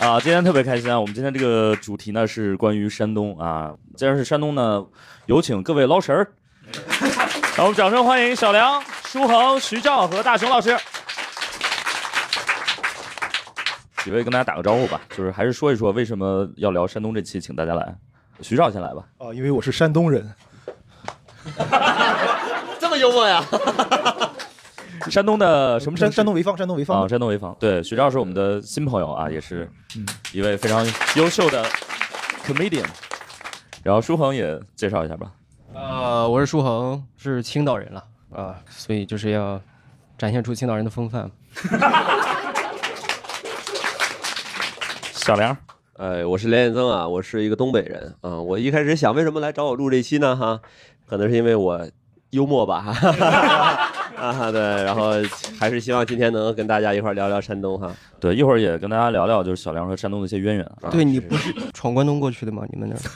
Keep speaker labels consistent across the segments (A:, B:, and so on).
A: 啊，今天特别开心啊！我们今天这个主题呢是关于山东啊，既然是山东呢，有请各位捞神儿。让我们掌声欢迎小梁、舒恒、徐照和大熊老师。几位跟大家打个招呼吧，就是还是说一说为什么要聊山东这期，请大家来。徐照先来吧。
B: 啊，因为我是山东人，
C: 这么幽默呀？
A: 山东的什么
B: 山
A: 城市？
B: 山东潍坊，山东潍坊。
A: 啊，山东潍坊。对，徐照是我们的新朋友啊，也是
B: 嗯
A: 一位非常优秀的 comedian。然后舒恒也介绍一下吧。
C: 呃，我是舒恒，是青岛人了啊，所以就是要展现出青岛人的风范。
A: 小梁，
D: 哎，我是连彦增啊，我是一个东北人啊、我一开始想为什么来找我录这期呢？哈，可能是因为我幽默吧，哈哈哈哈 啊，对，然后还是希望今天能跟大家一块儿聊聊山东哈。
A: 对，一会儿也跟大家聊聊，就是小梁和山东的一些渊源啊。
C: 对你不是闯关东过去的吗？你们那儿？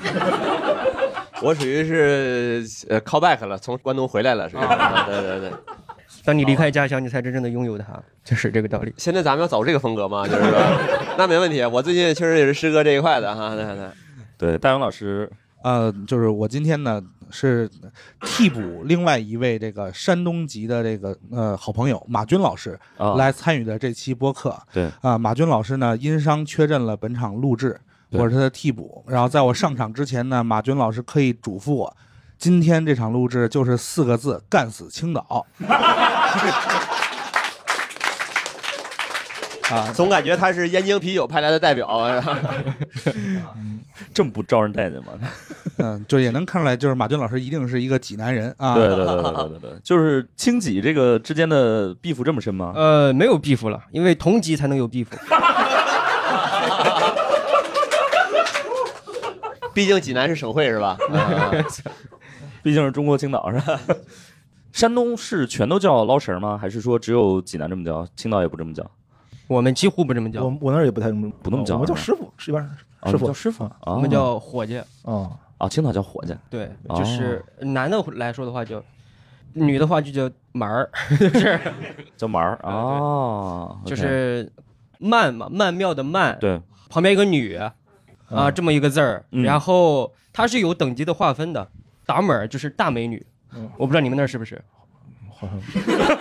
D: 我属于是呃 call back 了，从关东回来了，是吧？啊对对 对，
C: 当你离开家乡，你才真正的拥有它，就是这个道理。
D: 现在咱们要走这个风格吗？就是说， 那没问题，我最近确实也是诗歌这一块的哈，对对。
A: 对，大勇老师，
E: 呃，就是我今天呢是替补另外一位这个山东籍的这个呃好朋友马军老师
A: 啊
E: 来参与的这期播客。
A: 对
E: 啊、马军老师呢因伤缺阵了本场录制，
A: 对
E: 我是他的替补。然后在我上场之前呢，马军老师刻意嘱咐我，今天这场录制就是四个字：干死青岛。啊，
D: 总感觉他是燕京啤酒派来的代表啊。
A: 这么不招人待见吗？
E: 嗯，就也能看出来，就是马军老师一定是一个济南人 啊。
A: 对对对对对对对，就是清济这个之间的 beef 这么深吗？
C: 呃，没有 beef 了，因为同级才能有 beef。
D: 毕竟济南是省会是吧？啊
A: 毕竟是中国青岛是吧？ 山东是全都叫捞神吗？还是说只有济南这么叫，青岛也不这么叫？
C: 我们几乎不这么叫，
B: 我我那儿也不太不
A: 那么叫
B: 我们叫
A: 是
B: 师傅，一般
A: 啊
C: 哦
A: 你
B: 师
A: 们
B: 傅
A: 叫师傅啊，
C: 我们叫伙计。
B: 啊，
A: 啊，青岛叫伙计，
C: 对，
A: 哦
C: 就是男的来说的话叫，女的话就叫蛮儿，就是
A: 叫蛮儿啊，
C: 就是曼嘛，曼妙的曼
A: OK，，对，
C: 旁边一个女啊，
B: 嗯
C: 这么一个字儿，
A: 嗯
C: 然后它是有等级的划分的，达美儿就是大美女
B: 嗯，
C: 我不知道你们那儿是不是
B: 好像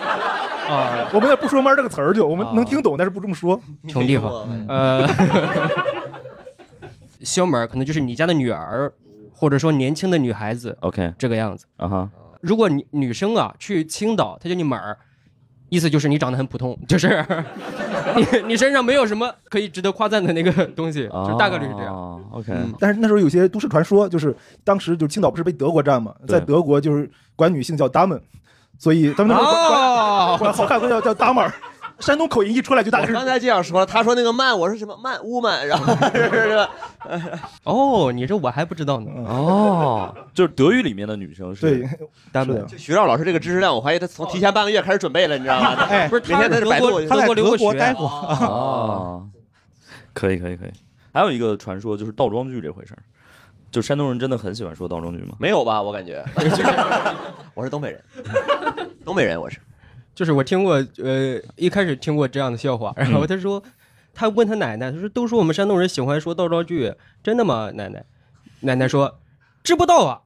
C: 啊，
B: 我们也不说“妈”这个词儿，就我们
C: 啊
B: 能听懂，但是不这么说。嗯
C: 穷地方，呃， 小美儿可能就是你家的女儿，或者说年轻的女孩子
A: OK
C: 这个样子。
A: 啊哈，
C: 如果你女生啊去青岛，她叫你美儿。意思就是你长得很普通， 就是你你身上没有什么可以值得夸赞的那个东西，
D: 哦
C: 就是大概率是这样。
A: 样。OK，哦
C: 嗯
B: 但是那时候有些都市传说，就是当时就是青岛不是被德国占嘛，
A: 对
B: 在德国就是管女性叫 dame，所以他们那时候管管
A: 啊
C: 哦，
B: 管好看都叫叫 dame。山东口音一出来就大概
D: 我
B: 是
D: 刚才这样说，他说那个慢，我说什么慢乌慢，然后是是是，
C: 哦，你这我还不知道呢。
A: 哦，就是德语里面的女生是
B: 对，
C: 单
B: 是
C: 本
B: 的，
D: 徐照老师这个知识量，我怀疑他从提前半个月开始准备了，你知道吗？
E: 哎
C: 不是，
D: 每
C: 他
D: 天在
C: 是
D: 这
C: 德
D: 百度
C: 国
D: 就
E: 他
C: 德
E: 在
C: 国留
E: 德
C: 过
E: 国
C: 学
E: 待，过。
A: 哦，可以可以可以。还有一个传说就是倒装句这回事儿，就山东人真的很喜欢说倒装句吗？
D: 没有吧？我感觉，我是东北人，东北人我是。
C: 就是我听过，呃，一开始听过这样的笑话，
D: 嗯
C: 然后他说，他问他奶奶，他说都说我们山东人喜欢说倒装句，真的吗？奶奶，奶奶说，知不道啊，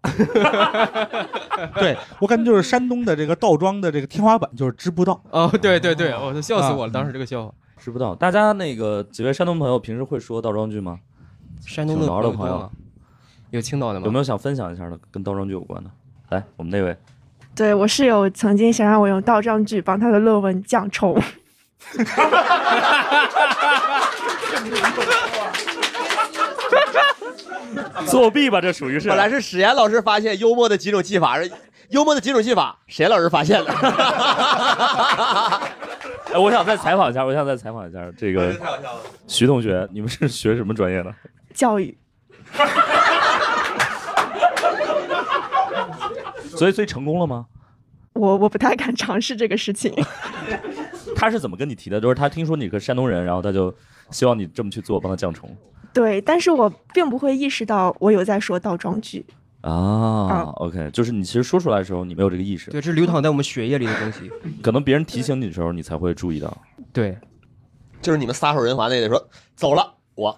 E: 对 我感觉就是山东的这个倒装的这个天花板就是知不道，
C: 哦，对对对，我都笑死
D: 嗯
C: 我了，当时这个笑话。
A: 知不道。大家那个几位山东朋友平时会说倒装句吗？
C: 山东的
A: 青岛的
C: 朋友
A: 朋
C: 多吗，有青岛的吗？
A: 有没有想分享一下的跟倒装句有关的？来，我们那位
F: 对我室友曾经想让我用倒装句帮他的论文降虫，
A: 作弊吧，这属于是
D: 本来是史岩老师发现幽默的几种技法，幽默的几种技法，史岩老师发现了。
A: 哎，我想再采访一下，我想再采访一下这个徐同学，你们是学什么专业的？
F: 教育
A: 所以，所以成功了吗？
G: 我我不太敢尝试这个事情。
A: 他是怎么跟你提的？就是他听说你是山东人，然后他就希望你这么去做，帮他降虫
G: 对，但是我并不会意识到我有在说倒装句。
A: 啊。OK，就是你其实说出来的时候，你没有这个意识，嗯
C: 对，这是流淌在我们血液里的东西。
A: 可能别人提醒你的时候，你才会注意到。
C: 对，
D: 就是你们撒手人寰的也得说走了，我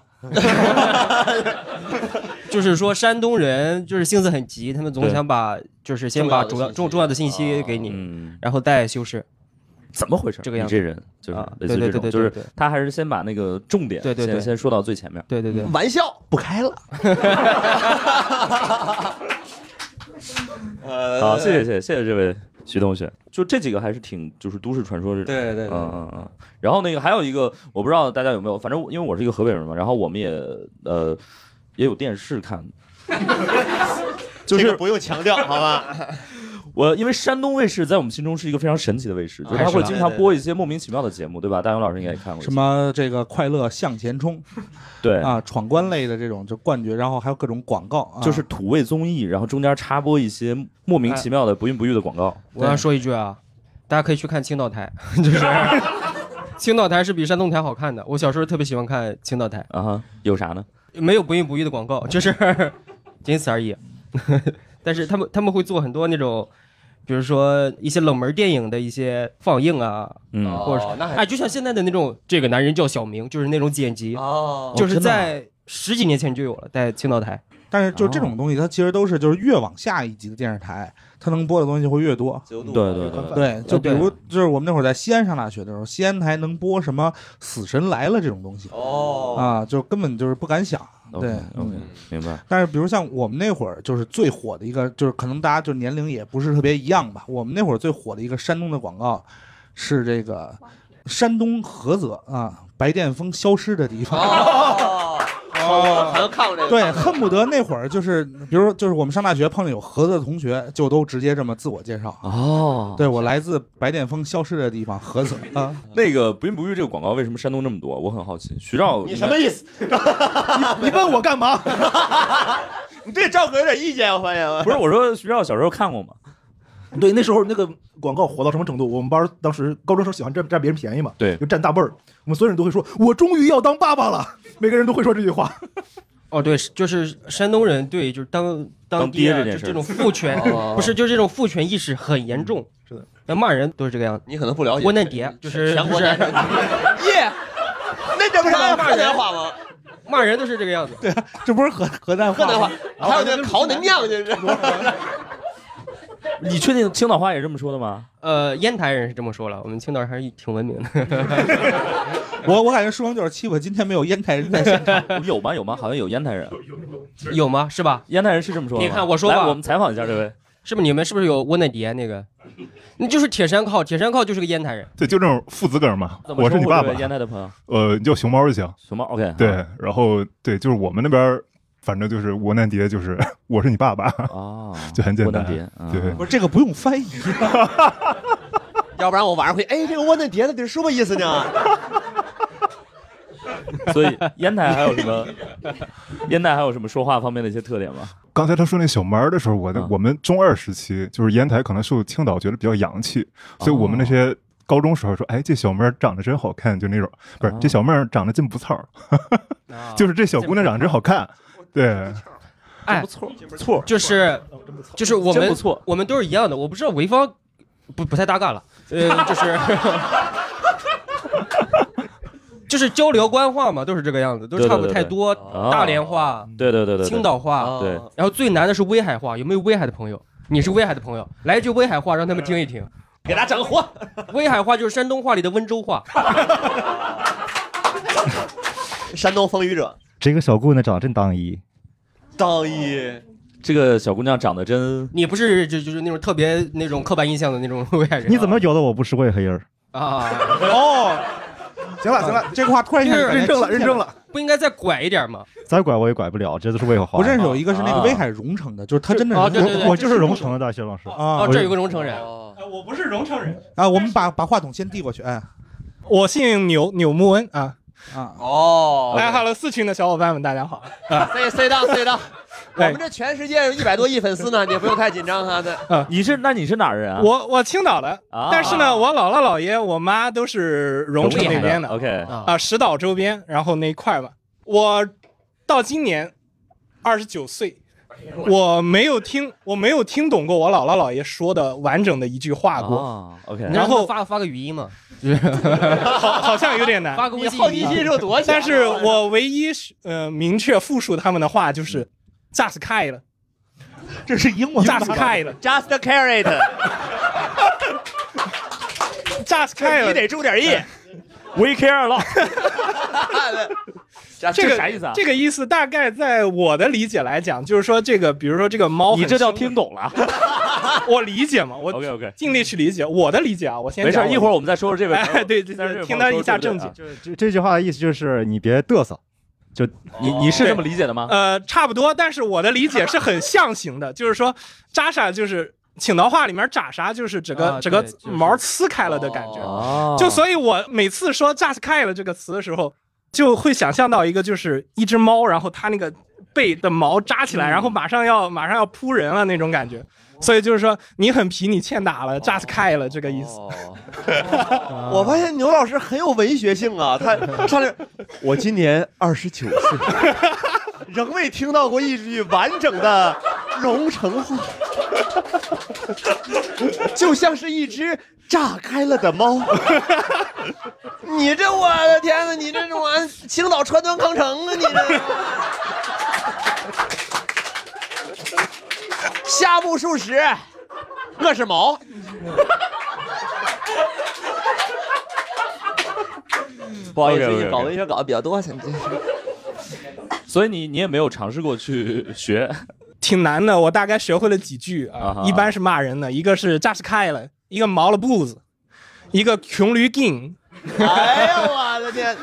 C: 就是说山东人就是性子很急，他们总
A: 对
C: 想把就是先
D: 重
C: 把
D: 要的
C: 主要
D: 信息啊
C: 重重要的信息给你，
A: 嗯，
C: 然后再修饰。
A: 怎么回事？
C: 这个样
A: 你
C: 子
A: 这人就是
C: 啊
A: 类似于这
C: 对对
A: 种，
C: 对对
A: 就是
C: 对对
A: 他还是先把那个重点
C: 对对对
A: 先先说到最前面。
C: 对对对，
D: 玩笑不开了。呃
A: 好，谢谢谢谢谢谢这位徐同学，就这几个还是挺就是都市传说这种。
D: 对对对
A: 嗯嗯嗯。然后那个还有一个，我不知道大家有没有，反正我因为我是一个河北人嘛，然后我们也呃也有电视看， 就
D: 这
A: 是
D: 个不用强调，好吧？
A: 我因为山东卫视在我们心中是一个非常神奇的卫视，就是它
C: 还是
A: 会
C: 的
A: 经常
D: 对对
A: 播一些莫名其妙的节目，对吧？大勇老师应该也看过一些
E: 什么这个快乐向前冲
A: 对。
E: 啊，闯关类的这种就冠军，然后还有各种广告，啊
A: 就是土味综艺，然后中间插播一些莫名其妙的不孕不育的广告。
C: 我要说一句啊，大家可以去看青岛台， 就是青岛台是比山东台好看的。我小时候特别喜欢看青岛台，
A: 啊哈，有啥呢？
C: 没有不孕不育的广告，就是仅此而已。 但是他们他们会做很多那种，比如说一些冷门电影的一些放映啊，
A: 嗯，
C: 或者是
D: 哦那还
C: 哎，就像现在的那种这个男人叫小明，就是那种剪辑，
D: 哦
C: 就是
A: 真的啊
C: 在十几年前就有了，在青岛台。
E: 但是就这种东西，它其实都是就是越往下一级的电视台，它能播的东西就会越多。嗯
D: 对
A: 对对对对
E: 对，就比如
C: 呃
E: 就是我们那会儿在西安上大学的时候，西安台能播什么《死神来了》这种东西
D: 哦
E: 啊，就根本就是不敢想。
A: OK
E: 对
A: OK，
E: 嗯
A: 明白。
E: 但是比如像我们那会儿就是最火的一个，就是可能大家就年龄也不是特别一样吧。我们那会儿最火的一个山东的广告是这个山东菏泽啊，白癜风消失的地方。
D: 哦，我好像看过这个，
E: 对，恨不得那会儿就是，比如说就是我们上大学碰见有菏泽的同学，就都直接这么自我介绍啊，
A: 哦，
E: 对我来自白癜风消失的地方菏泽啊，
A: 那个不孕不育这个广告为什么山东这么多？我很好奇。徐照，
D: 你什么意思？
B: 你问我干嘛？
D: 你对赵哥有点意见，我发现了。
A: 不是我说徐照小时候看过吗？
B: 对，那时候那个广告火到什么程度？我们班儿当时高中时候喜欢占占别人便宜嘛，
A: 对
B: 就占大辈儿。我们所有人都会说：“我终于要当爸爸了。”每个人都会说这句话。
C: 哦，对，是就是山东人对就是当当爹
A: 当爹这
C: 啊，
A: 件
C: 就
A: 事
C: 这种父权，
D: 哦
C: 不是就这种父权意识很严重。
B: 是的，
C: 那骂人都是这个样子。
D: 你可能不了解
C: 窝难碟就是
D: 全国
C: 就
D: 男
C: 是
D: 人 耶，那这不是河南话吗？
C: 骂人都是这个样子。对，
E: 这不是河河南
D: 河南话
E: 吗，
D: 还有那个烤你娘就是。
A: 你确定青岛话也这么说的吗？
C: 呃，烟台人是这么说了，我们青岛还是挺文 明的。
E: 我我感觉书生就是欺负，今天没有烟台人在现场。
A: 有吗？有吗？好像有烟台人，
C: 有吗？是吧？
A: 烟台人是这么说的吗。
C: 你看我说吧
A: 来我们采访一下这位。
C: 是不是你们是不是有窝难碟那个？那就是铁山靠，铁山靠就是个烟台人。
H: 对，就这种父子梗嘛。
A: 怎么
H: 我是你
A: 称呼
H: 爸
A: 这
H: 爸
A: 位，烟台的朋友，
H: 呃，你叫熊猫就行。
A: 熊猫。OK，
H: 对，然后对，就是我们那边儿，反正就是窝难爹，就是 我是你爸爸。
A: 哦，
H: 就很简单
A: 窝囊谍
H: 对
A: 嗯
E: 不是这个不用翻译，
D: 要不然我晚上会，哎，这个窝囊碟的得是什么意思呢？
A: 所以烟台还有什么？烟台还有什么说话方面的一些特点吗？
H: 刚才他说那小猫儿的时候，我的、
A: 嗯
H: 我们中二时期，就是烟台可能受青岛觉得比较洋气，所以我
A: 哦
H: 们那些高中时候说，哎，这小妹儿长得真好看，就那种，不是、
A: 哦啊
H: 这小妹儿长得真不错儿， 就是这小姑娘长得真好 看。对，
C: 哎，不错，错，就是就是我
A: 真
C: 们
A: 不错，
C: 我们都是一样的。我不知道潍坊不不太搭嘎了，呃，就是就是交流官话嘛，都是这个样子，都
A: 对对
C: 差不太
A: 对对
C: 多。
A: 哦
C: 大连话、
A: 对对对对，对哦
C: 青岛话，
A: 对
C: 然后最难的是威海话，有没有威海的朋友？你是威海的朋友，来一句威海话让他们听一听。
D: 给他整活，
C: 威海话就是山东话里的温州 话，
D: 山东风雨者，
I: 这个小姑娘长得真当一，
D: 当一
A: 这个小姑娘长得真
C: 你不是就就是那种特别那种刻板印象的那种威海人啊。
I: 你怎么觉得我不是外黑人儿？
J: 哦
C: 啊？
B: 行了，行了，
E: 这个话突然一下
C: 就是
E: 感觉
B: 认证了，认证
E: 亲切。
B: 了。
C: 不应该再拐一点吗？
I: 再拐我也拐不了，这都是为何话？
E: 我认识有一个是那个威海荣城的，就是他真的
C: 哦对
E: 是
C: 对对
I: 我，我就是荣城的大学老师。
E: 啊
C: 哦，这儿有个荣城人，
D: 哦，
J: 呃
E: 啊！我们把把话筒先递过去，哎，
J: 我姓钮钮木恩啊，
E: 啊。
D: 哦
J: 大家好了，四群的小伙伴们，大家好。
D: ，C C 档 C 档，我
J: 对
D: 们这全世界有一百多亿粉丝呢，你也不用太紧张哈。对，
A: 你是那你是哪儿人啊？
J: 我我青岛的
A: 啊，
J: 但是呢，我姥姥姥爷、我妈都是荣成那边的
A: ，OK
J: 啊，石岛周边，然后那一块吧。我到今年二十九岁，我没有听我没有听懂过我姥姥姥爷说的完整的一句话过
A: 啊。，OK
J: 然后
C: 发发个语音嘛，
J: 好好像有点难，
C: 发个微信语音你好奇心是有多强啊
J: 但是我唯一是呃明确复述他们的话就是，just k 了，
E: 这是英文
J: just k 了
D: ，just carry it，just
J: k 了，哎
D: 你得注点意。
A: We care a lot。
J: 这个
A: 啊
D: 啊
J: 这个意思大概在我的理解来讲，就是说这个，比如说这个猫，
A: 你这叫
J: 听
A: 懂了。
J: 我理解嘛，我
A: OK OK，
J: 尽力去理解我的理解啊。我先
A: 没事
J: 讲，
A: 一会儿我们再说说这位朋友
J: 哎，对对
A: 但是这啊
J: 对，
A: 位
J: 听
A: 朋
J: 他
A: 友
J: 一下
A: 说
J: 正
A: 得
J: 经，
A: 对
I: 这这句话的意思就是你别嘚瑟，就
E: 哦
A: 你你是这么 理解的吗？
J: 呃，差不多，但是我的理解是很象形的， 就是说扎啥就是。青岛话里面“扎啥”就是整个、
C: 啊
J: 整个
C: 对就是
J: 毛呲开了的感觉，
A: 哦
J: 就所以，我每次说 “just 开了”这个词的时候，就会想象到一个，就是一只猫，然后它那个背的毛扎
A: 嗯
J: 起来，然后马上要马上要扑人了那种感觉。所以就是说，你很皮，你欠打了，just 开了这个意思。
A: 哦
D: 我发现牛老师很有文学性啊， 他上 来，我今年二十九岁，仍未听到过一句完整的荣成 话，就像是一只炸开了的猫。 你这我的天呐，你这是玩青岛川端康成啊，你 这。夏目漱石，我是 毛。
A: 不好意思
D: 最近
A: OK，OK，OK
D: 搞文学搞的比较多，现 在。
A: 所以你你也没有尝试过去学
J: 挺难的，我大概学会了几句啊
A: 哈，
J: 一般是骂人的，一个是 just 开了，一个毛了步子，一个穷驴劲，
D: 哎呀，我的天！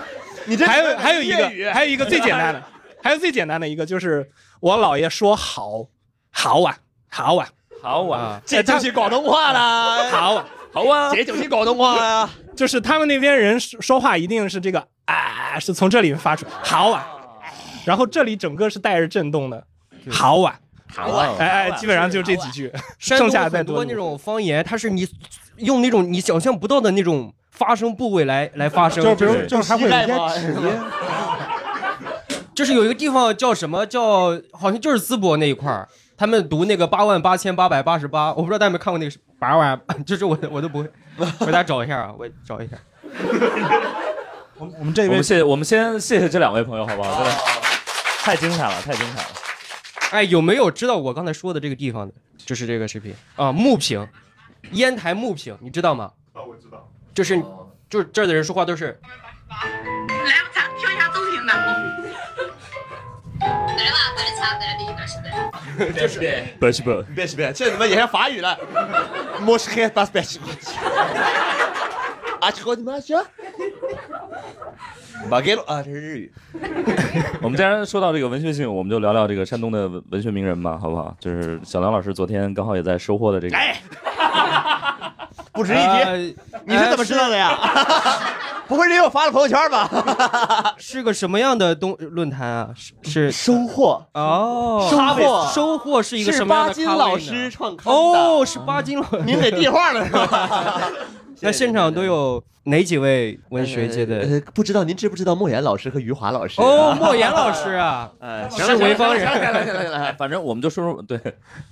D: 你这
J: 还有还有一
D: 粤语
J: 个还有一个最简 单的，还有最简单的一个就是我姥爷说好，好啊，好啊，
A: 好啊，
D: 这就是广东话啦。
J: 好啊，
A: 好啊，
D: 这就是广东话呀、
J: 就是他们那边人说说话一定是这个啊，是从这里发出来，好啊，然后这里整个是带着震动的，好啊，
C: 好啊
J: 哎哎，基本上就这几句，
C: 山东
J: 剩下的再
C: 很多
J: 多
C: 那种方言，它是你用那种你想象不到的那种发声部位来来发声，
E: 就是比
C: 就
E: 如
C: 是
E: 就是还会有一
D: 膝盖吗
E: 些指音，
C: 就是有一个地方叫什么叫，好像就是淄博那一块儿，他们读那个八万八千八百八十八，我不知道大家有没有看过那个八万， 就是我我都不会，我给大家找一下啊，我找一下。
E: 我们我们这
A: 我
E: 位
A: 们谢我们先谢谢这两位朋友，好不好？真的太精彩了，太精彩了。
C: 哎，有没有知道我刚才说的这个地方的？就是这个视频啊，木屏，烟台木屏，你知道吗？
H: 啊，我知道。
C: 就是
D: 哦
C: 就是这儿的人说话都是
F: 来，咱们听一下邹平的。来了，咱掐咱第一个是的。
A: 不是不是，
D: 别别别，这他妈也是法语了。莫斯科巴斯 别啊，去你妈去！马给了啊，这是日语。
A: 我们既然说到这个文学性，我们就聊聊这个山东的文文学名人嘛，好不好？就是小梁老师昨天刚好也在收获的这个，
C: 哎
D: 不值一提，
C: 呃，
D: 你是怎么知道的呀？ 不会是因为我发了朋友圈吧？
C: 是个什么样的东论坛啊？是是
D: 收获，
C: 哦，
D: 收获
C: 收获是一个什
D: 是
C: 么样
D: 巴
C: 的
D: 金
C: 咖位呢
D: 老师创刊的，嗯
C: 哦，是巴金老
D: 您
C: 师。
D: 给递话 了是吧？
C: 那现场都有哪几位文学界
D: 呃
C: 的？
D: 呃不知道您知不知道莫言老师和余华老师？啊
C: 哦，莫言老师啊，
D: 哎，行
C: 是
D: 了，
C: 潍 坊
D: 行了
C: 人。
D: 行了行了行了，
A: 反正我们就说说对，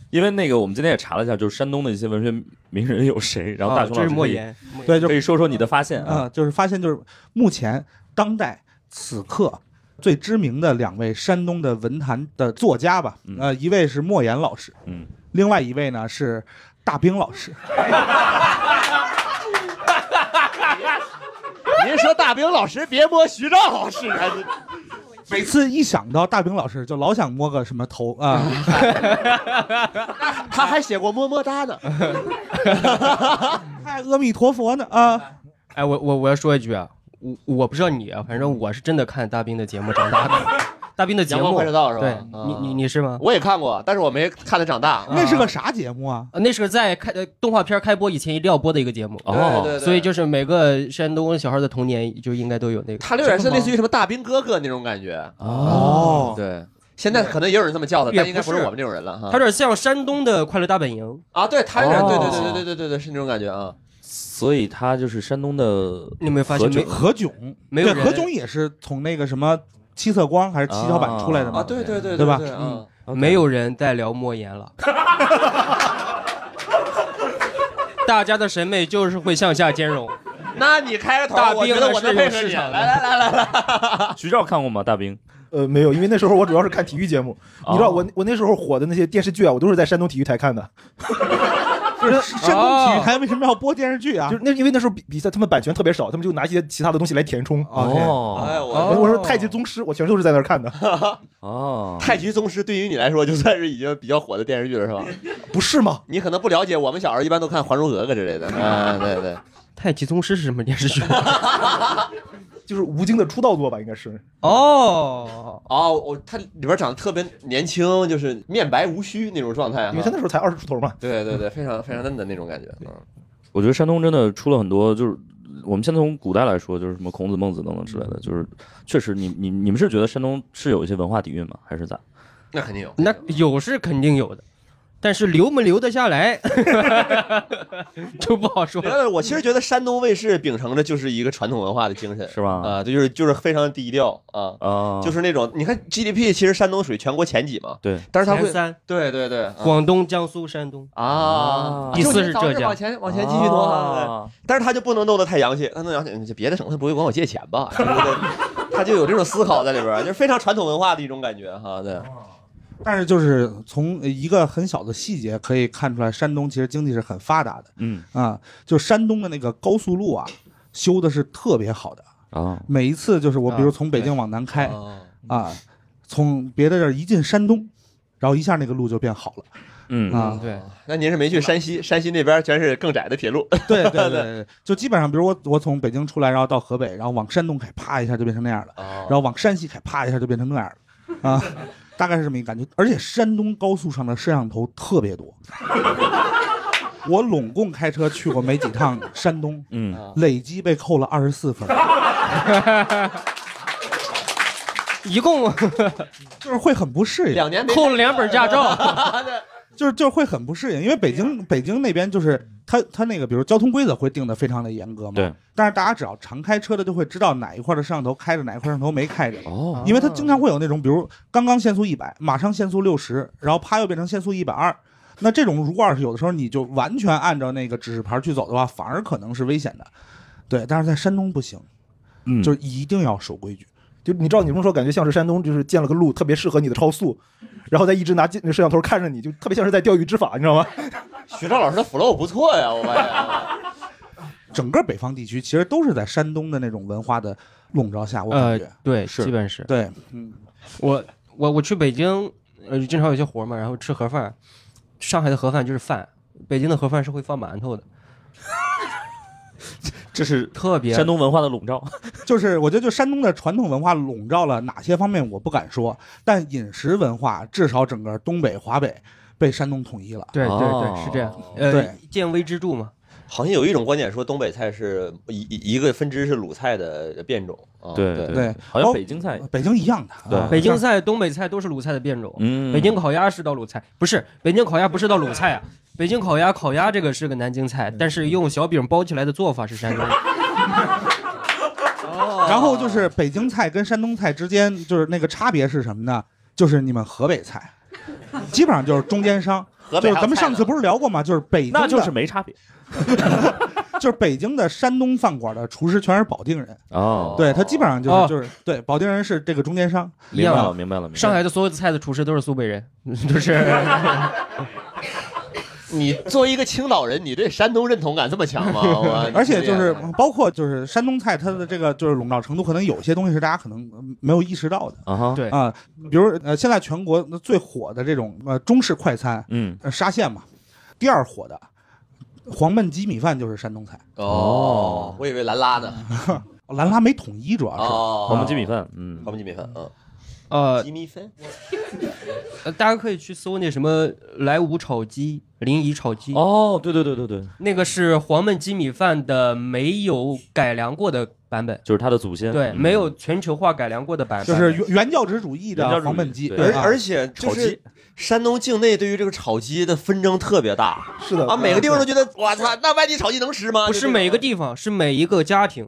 A: 因为那个我们今天也查了一下，就是山东的一些文学名人有谁，然后大
C: 啊
A: 熊
C: 这
A: 老
C: 是
A: 师
C: 莫言，
A: 可
E: 对，
A: 以，
E: 就
A: 可以说说你的发现啊。
E: 啊，就是发现就是目前当代此刻最知名的两位山东的文坛的作家吧
A: 嗯，
E: 呃，一位是莫言老师，
A: 嗯，
E: 另外一位呢是大兵老师，
D: 您说大兵老师别摸 徐照老师啊，你
E: 每次一想到大兵老师，就老想摸个什么头啊，
D: 他还写过么么哒呢。
E: 嗨， 阿弥陀佛呢啊，
C: 哎，我我我要说一句啊，我我不知道你啊，反正我是真的看大兵的节目长大的。大斌的节目，
E: 阳光快车道是吧
C: 对，
E: 啊
C: 你你你是吗？
D: 嗯我也看过，但是我没看他长大。嗯
E: 那是个啥节目啊？
C: 呃那是在开呃动画片开播以前一定要播的一个节目，
D: 哦对对对
C: 所以就是每个山东小孩的童年就应该都有那个。
D: 他有点是类似于什么大兵哥哥那种感觉。嗯
C: 哦
D: 对，现在可能也有人这么叫他，
C: 也
D: 但应该不
C: 不
D: 是
C: 是
D: 我们这种人了哈。
C: 他有点像山东的《快乐大本营》
D: 啊，对他有点对对对对
C: 哦
D: 对对对对，是那种感觉啊。
A: 所以他就是山东的，
C: 你有没有发现没
E: 何炅，
C: 没有
E: 对
C: 人
E: 何炅也是从那个什么七色光还是七巧板出来的嘛？
C: 啊对对对
E: 对吧？
C: 对对
E: 嗯，
C: 没有人再聊莫言了。 大家的审美就是会向下兼容。
D: 那你开个头，
C: 大
D: 我
C: 兵
D: 觉得我
C: 还是
D: 能配
C: 有
D: 合
C: 市
D: 你。
C: 场的
D: 来来来来来，
A: 徐照看过吗？大兵？
B: 呃，没有，因为那时候我主要是看体育节 目。你知道我我那时候火的那些电视剧啊，我都是在山东体育台看 的。
E: 就是山东体育台为什么要播电视剧啊？
B: 哦就是那因为那时候比比赛他们版权特别少，他们就拿一些其他的东西来填充。
A: 哦
D: 哎我
B: 我说太极宗师，我全都是在那儿看 的。
A: 哦，
D: 太极宗师对于你来说就算是已经比较火的电视剧了，是吧？
B: 不是吗？
D: 你可能不了解，我们小时候一般都看《还珠格格》之类的。啊，对对。
C: 太极宗师是什么电视剧？
B: 就是吴京的出道作吧，应该是。
C: 哦
D: 哦，我他里边长得特别年轻，就是面白无须那种状态哈，
B: 因为他那时候才二十出头嘛。
D: 对对对，非常非常嫩的那种感觉。嗯，
A: 我觉得山东真的出了很多，就是我们先从古代来说，就是什么孔子、孟子等等之类的，就是确实你你你们是觉得山东是有一些文化底蕴吗？还是咋？
D: 那肯定有。
C: 那有是肯定有的，但是留没留得下来，就不好说。
D: 呃，我其实觉得山东卫视秉承着就是一个传统文化的精神，是
A: 吧？
D: 啊，这就是就是非常低调啊
A: 啊
D: 就是那种你看 GDP，其实山东属于全国前几嘛，
A: 对
D: 但是他会
C: 前三，
D: 对对对，啊
C: 广东、江苏、山东
D: 啊，
C: 第四是
D: 就
C: 浙
D: 你倒
C: 江，哦
D: 往前往前继续挪啊，对但是他就不能弄得太洋气，他弄洋气，这别的省份不会管我借钱吧？对对对 他就有这种思考在里边儿，就是非常传统文化的一种感觉哈，对。
A: 哦
E: 但是就是从一个很小的细节可以看出来，山东其实经济是很发达的
A: 嗯
E: 啊。就山东的那个高速路啊，修的是特别好的。
A: 啊，
E: 每一次就是我，
A: 啊
E: 比如从北京往南开
D: 哦
E: 啊，从别的地儿一进山东，然后一下那个路就变好了。
A: 嗯
E: 啊，
C: 对，
D: 那您是没去山西？山西那边全是更窄的铁路。
E: 对 对对对，对，就基本上，比如我我从北京出来，然后到河北，然后往山东开，啪一下就变成那样了，然后往山西开，啪一下就变成那样了，啊，大概是这么一个感觉。而且山东高速上的摄像头特别多，我拢共开车去过没几趟山东，
A: 嗯，
E: 累计被扣了二十四分。
C: 一共
E: 就是会很不适应，
D: 两年
C: 扣了两本驾照，
D: 啊
E: 就是就是会很不适应，因为北京北京那边就是它它那个，比如交通规则会定的非常的严格嘛。
A: 对。
E: 但是大家只要常开车的，就会知道哪一块的摄像头开着，哪一块摄像头没开着。
A: 哦
E: 因为它经常会有那种，比如刚刚限速一百，马上限速六十，然后啪又变成限速一百二。那这种如果要是有的时候你就完全按照那个指示牌去走的话，反而可能是危险的。对，但是在山东不行，
A: 嗯
E: 就是一定要守规矩。
B: 就你知道，你这么说感觉像是山东，就是建了个路，特别适合你的超速，然后再一直拿近摄像头看着你，就特别像是在钓鱼执法，你知道吗？
D: 徐照老师的 flow 不错呀，我发现。啊
E: 整个北方地区其实都是在山东的那种文化的笼罩下，我感
C: 呃
E: 觉、，
C: 对，
E: 是
C: 基本是。
E: 对，嗯，
C: 我我我去北京，呃，经常有些活嘛，然后吃盒饭。上海的盒饭就是饭，北京的盒饭是会放馒头的，
A: 这是
C: 特别
A: 山东文化的笼 罩。
E: 就是我觉得就山东的传统文化笼罩了哪些方面我不敢说，但饮食文化至少整个东北、华北被山东统一了。
C: 对对
D: 哦
C: 对，是这样。呃
E: 对，
C: 见微知著嘛。
D: 好像有一种观点说东北菜是一一一个分支是鲁菜的变种啊。
A: 对
E: 对，
A: 好像北京菜
E: 包 北京一样的，
A: 对
E: 啊
C: 北京菜、东北菜都是鲁菜的变种。
A: 嗯
C: 北京烤鸭是道鲁菜，不是北京烤鸭不是道鲁菜啊。北京烤鸭，烤鸭这个是个南京菜，但是用小饼包起来的做法是山东。
E: 然后就是北京菜跟山东菜之间就是那个差别是什么呢？就是你们河北 菜，基本上就是中间商。
D: 河
E: 就
D: 北
E: 是
D: 还有
E: 咱们
D: 菜
E: 上
D: 呢
E: 次不是聊过吗？就是北京的
A: 那就是没差别
E: 就是北京的山东饭馆的厨师全是保定人，
A: 哦
E: 对他基本上就是、
C: 哦
E: 就是对保定人是这个中间商，
C: 一样
A: 明白
C: 的
A: 了，明白了，明白了
C: 上海的所有的菜的厨师都是苏北人，就是
D: 你作为一个青岛人，你对山东认同感这么强 吗？
A: 啊
D: 我
E: 而且就是包括就是山东菜它的这个就是笼罩程度，可能有些东西是大家可能呃没有意识到的
A: 啊哈，
C: 对
E: 啊、比如呃现在全国最火的这种呃中式快餐，
A: 嗯
E: 呃沙县嘛，第二火的黄焖鸡米饭就是山东菜，
D: 哦，我以为兰拉呢。
E: 兰拉没统一主要是，
D: 哦，
A: 黄焖鸡米饭，嗯，
D: 黄焖鸡米饭，嗯，
C: 呃，
D: 米粉，
C: 呃，大家可以去搜那什么莱芜炒鸡、临沂炒鸡。
A: 哦，对对对对对，
C: 那个是黄焖鸡米饭的没有改良过的版本，
A: 就是他的祖先
C: 对，
A: 嗯
C: 没有全球化改良过的版本，
E: 就是原原教旨主义的黄焖鸡，
D: 而
E: 啊
D: 而且 就是山东境内对于这个炒鸡的纷争特别大，
B: 是
D: 啊，每个地方都觉 得我操，那外地炒鸡能吃吗？
C: 不
D: 就是这
C: 每个地方，是每一个 家庭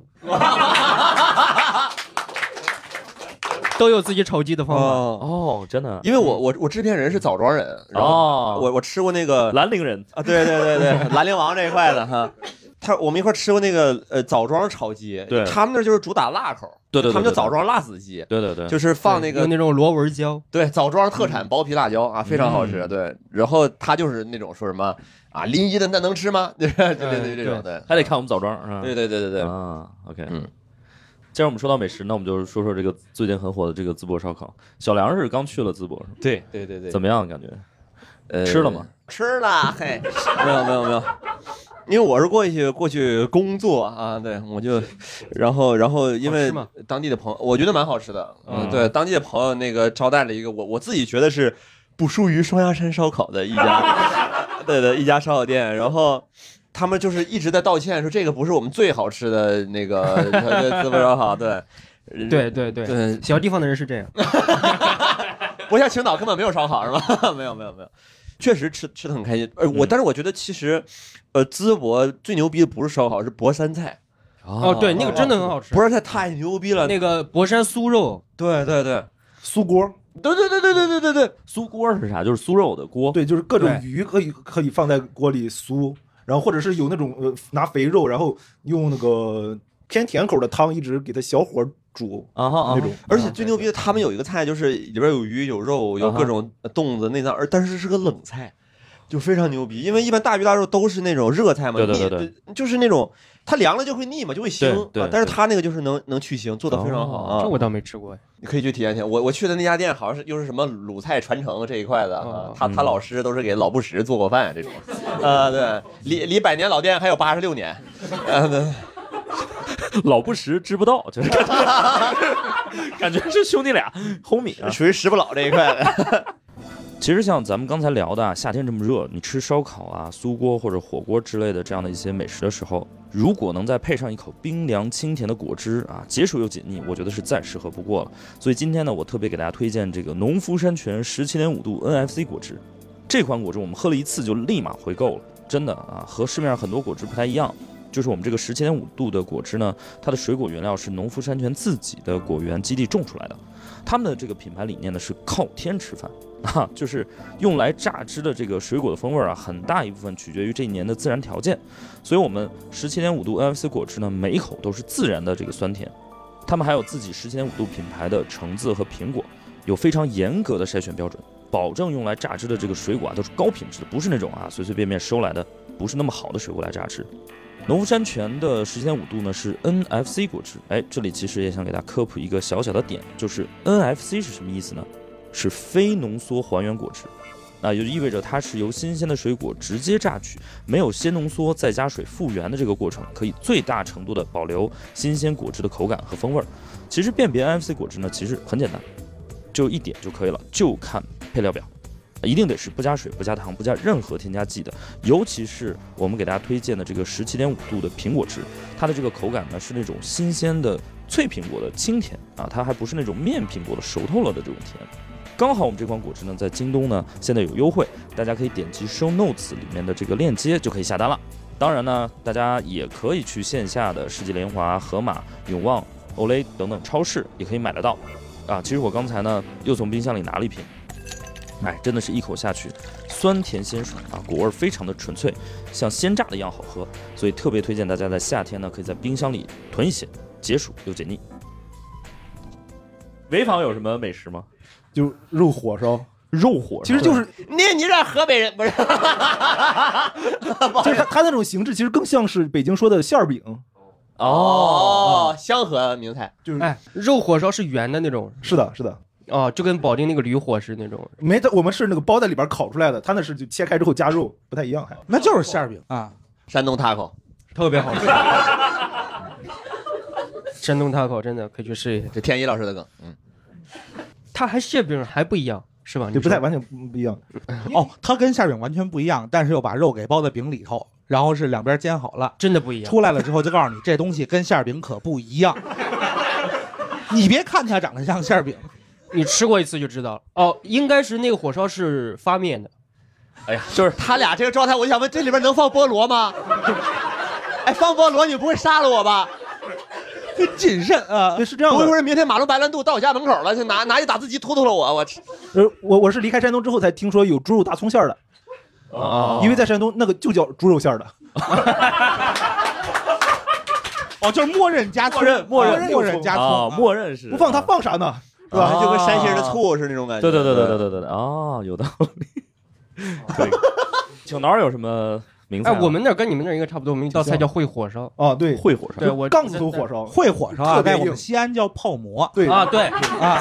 C: 都有自己炒鸡的方法。
A: 哦，真的，
D: 因为我我我制片人是枣庄人，然
A: 哦
D: 后我我吃过那个
A: 兰陵人
D: 啊，对对对 对，兰陵王这一块的 哈，他我们一块吃过那个呃枣庄炒鸡，
A: 对
D: 他们那儿就是主打辣口，
A: 对对对对
D: 他们叫枣庄辣子鸡，
A: 对对对，
D: 就是放那个
C: 用那种螺纹椒，
D: 对，枣庄特
A: 嗯
D: 产薄皮辣椒啊，非常好吃。对，然后他就是那种说什么啊，临沂的那能吃吗？对 对对，这种的。
A: 哎还得看我们枣庄是吧？
D: 对对对对对
A: 嗯啊，OK，嗯。既然我们说到美食，那我们就说说这个最近很火的这个淄博烧烤。小梁是刚去了淄博，是吧
D: 对对对对
A: 怎么样感觉？
D: 呃
A: 吃了吗？
D: 吃了，嘿，没有没有没有，因为我是过去过去工作啊，对，我就，然后然后因为当地的朋友，我觉得蛮好吃的，嗯，
A: 嗯
D: 对，当地的朋友那个招待了一个我我自己觉得是不输于双鸭山烧烤的一家， 对的一家烧烤店，然后。他们就是一直在道歉，说这个不是我们最好吃的那个 对淄博烧烤，对，嗯
C: 对对对
D: 对，
C: 小地方的人是这样。
D: 不像青岛根本没有烧烤是吧？ 没有没有没有，确实吃吃的很开心。呃，
A: 嗯
D: 我但是我觉得其实，呃，淄博最牛逼的不是烧烤，是博山菜。
C: 哦对那个真的很好吃
D: 博山菜太牛逼了。
C: 那个博山酥肉，
D: 对对对，
B: 酥锅，
D: 对对对对对对对对，
A: 酥锅是啥？就是酥肉的锅，
B: 对，就是各种
A: 对
B: 鱼可以可以放在锅里酥，然后或者是有那种呃拿肥肉，然后用那个偏甜口的汤一直给它小火煮
C: 啊
B: 那种，
D: 而且最牛逼的，他们有一个菜就是里边有鱼、有肉、
C: 啊
D: 有各种冻子、内脏，而但是是个冷菜，就非常牛逼。因为一般大鱼大肉都是那种热菜嘛，
A: 对对
D: 腻
A: 对对，
D: 就是那种它凉了就会腻嘛，就会腥。
A: 对对
D: 啊但是
A: 对
D: 它那个就是能能去腥，做的非常好啊。
C: 这我倒没吃过哎。
D: 你可以去体验一下。我我去的那家店好像是又是什么鲁菜传承这一块的，
A: 哦
D: 啊他
A: 嗯
D: 他老师都是给老布什做过饭 这种，啊，对，离离百年老店还有八十六年，啊，对
A: 老不识知不道，就是感觉是兄弟俩，homie 啊，
D: 属于食不老这一块的。
A: 其实像咱们刚才聊的，啊，夏天这么热，你吃烧烤啊、酥锅或者火锅之类的这样的一些美食的时候，如果能再配上一口冰凉清甜的果汁啊，解暑又解腻，我觉得是再适合不过了。所以今天呢，我特别给大家推荐这个农夫山泉十七点五度 NFC 果汁。这款果汁我们喝了一次就立马回购了，真的啊，和市面上很多果汁不太一样。就是我们这个十七点五度的果汁呢，它的水果原料是农夫山泉自己的果园基地种出来的，他们的这个品牌理念呢是靠天吃饭啊，就是用来榨汁的这个水果的风味啊，很大一部分取决于这一年的自然条件，所以我们十七点五度 NFC 果汁呢，每一口都是自然的这个酸甜，他们还有自己十七点五度品牌的橙子和苹果，有非常严格的筛选标准，保证用来榨汁的这个水果啊都是高品质的，不是那种啊随随便便收来的不是那啊么好的水果来榨汁。农夫山泉的十七点五度呢是 NFC 果汁，哎，这里其实也想给大家科普一个小小的点，就是 NFC 是什么意思呢？是非浓缩还原果汁，那也就意味着它是由新鲜的水果直接榨取，没有先浓缩再加水复原的这个过程，可以最大程度的保留新鲜果汁的口感和风味儿。其实辨别 NFC 果汁呢，其实很简单，就一点就可以了，就看配料表。啊一定得是不加水、不加糖、不加任何添加剂的，尤其是我们给大家推荐的这个十七点五度的苹果汁，它的这个口感呢是那种新鲜的脆苹果的清甜啊，它还不是那种面苹果的熟透了的这种甜。刚好我们这款果汁呢在京东呢现在有优惠，大家可以点击 show notes 里面的这个链接就可以下单了。当然呢，大家也可以去线下的世纪联华、盒马、永旺、Olay 等等超市也可以买得到。啊，其实我刚才呢又从冰箱里拿了一瓶，哎，真的是一口下去，酸甜鲜爽啊，果味儿非常的纯粹，像鲜榨的一样好喝，所以特别推荐大家在夏天呢，可以在冰箱里囤一些，解暑又解腻。潍坊有什么美食吗？
B: 就肉火烧，
A: 肉火
B: 其实就是
D: 你你这河北人不是？
B: 就是它它那种形制其实更像是北京说的馅儿饼，
D: 哦，香河名菜
B: 就是
C: 哎，肉火烧是圆的那种，
B: 是的，是的。
C: 哦，就跟保定那个驴火是那种。
B: 没它我们是那个包在里边烤出来的，它那是就切开之后加肉，不太一样还。
E: 那就是馅儿饼啊，
D: 山东 taco
C: 特别好吃。 山东 taco 真的可以去试一下。
D: 这天一老师的梗，嗯，
C: 它还馅饼还不一样是吧？
B: 对，不太
C: 完
B: 全不一样。
E: 哦，它跟馅饼完全不一样，但是又把肉给包在饼里头，然后是两边煎好了，
C: 真的不一样。
E: 出来了之后就告诉你，这东西跟馅饼可不一样。你别看它长得像馅饼，
C: 你吃过一次就知道了。哦，应该是那个火烧是发面的。
D: 哎呀，就是他俩这个状态，我想问，这里边能放菠萝吗？哎，放菠萝你不会杀了我吧？
E: 谨慎啊，
B: 对，是这样的。
D: 不会不会，明天马路白兰度到我家门口了，就拿拿一打字机突突了我，我去。
B: 呃，我我是离开山东之后才听说有猪肉大葱馅儿的，
D: 啊
A: 哦
B: 因为在山东那个就叫猪肉馅儿的。
E: 哦，就是默认加
B: 默认
E: 默
B: 默
E: 认
B: 认
E: 默认加哦葱
B: 啊
E: 啊
A: 默认是
B: 不放它放啥呢？是吧？
A: 啊
D: 就跟山西人的醋是那种感觉
A: 对对对对对对对，啊，有道理。对，请导有什么名字？啊
C: 哎，我们那儿跟你们那儿应该差不多，我们一道菜叫烩火烧。
B: 哦，对，
A: 烩火烧
C: 对我
B: 杠子头火烧，
E: 会火烧啊，
C: 特别
E: 在我
C: 硬
E: 们西安叫泡馍，
B: 对
C: 啊对
E: 啊，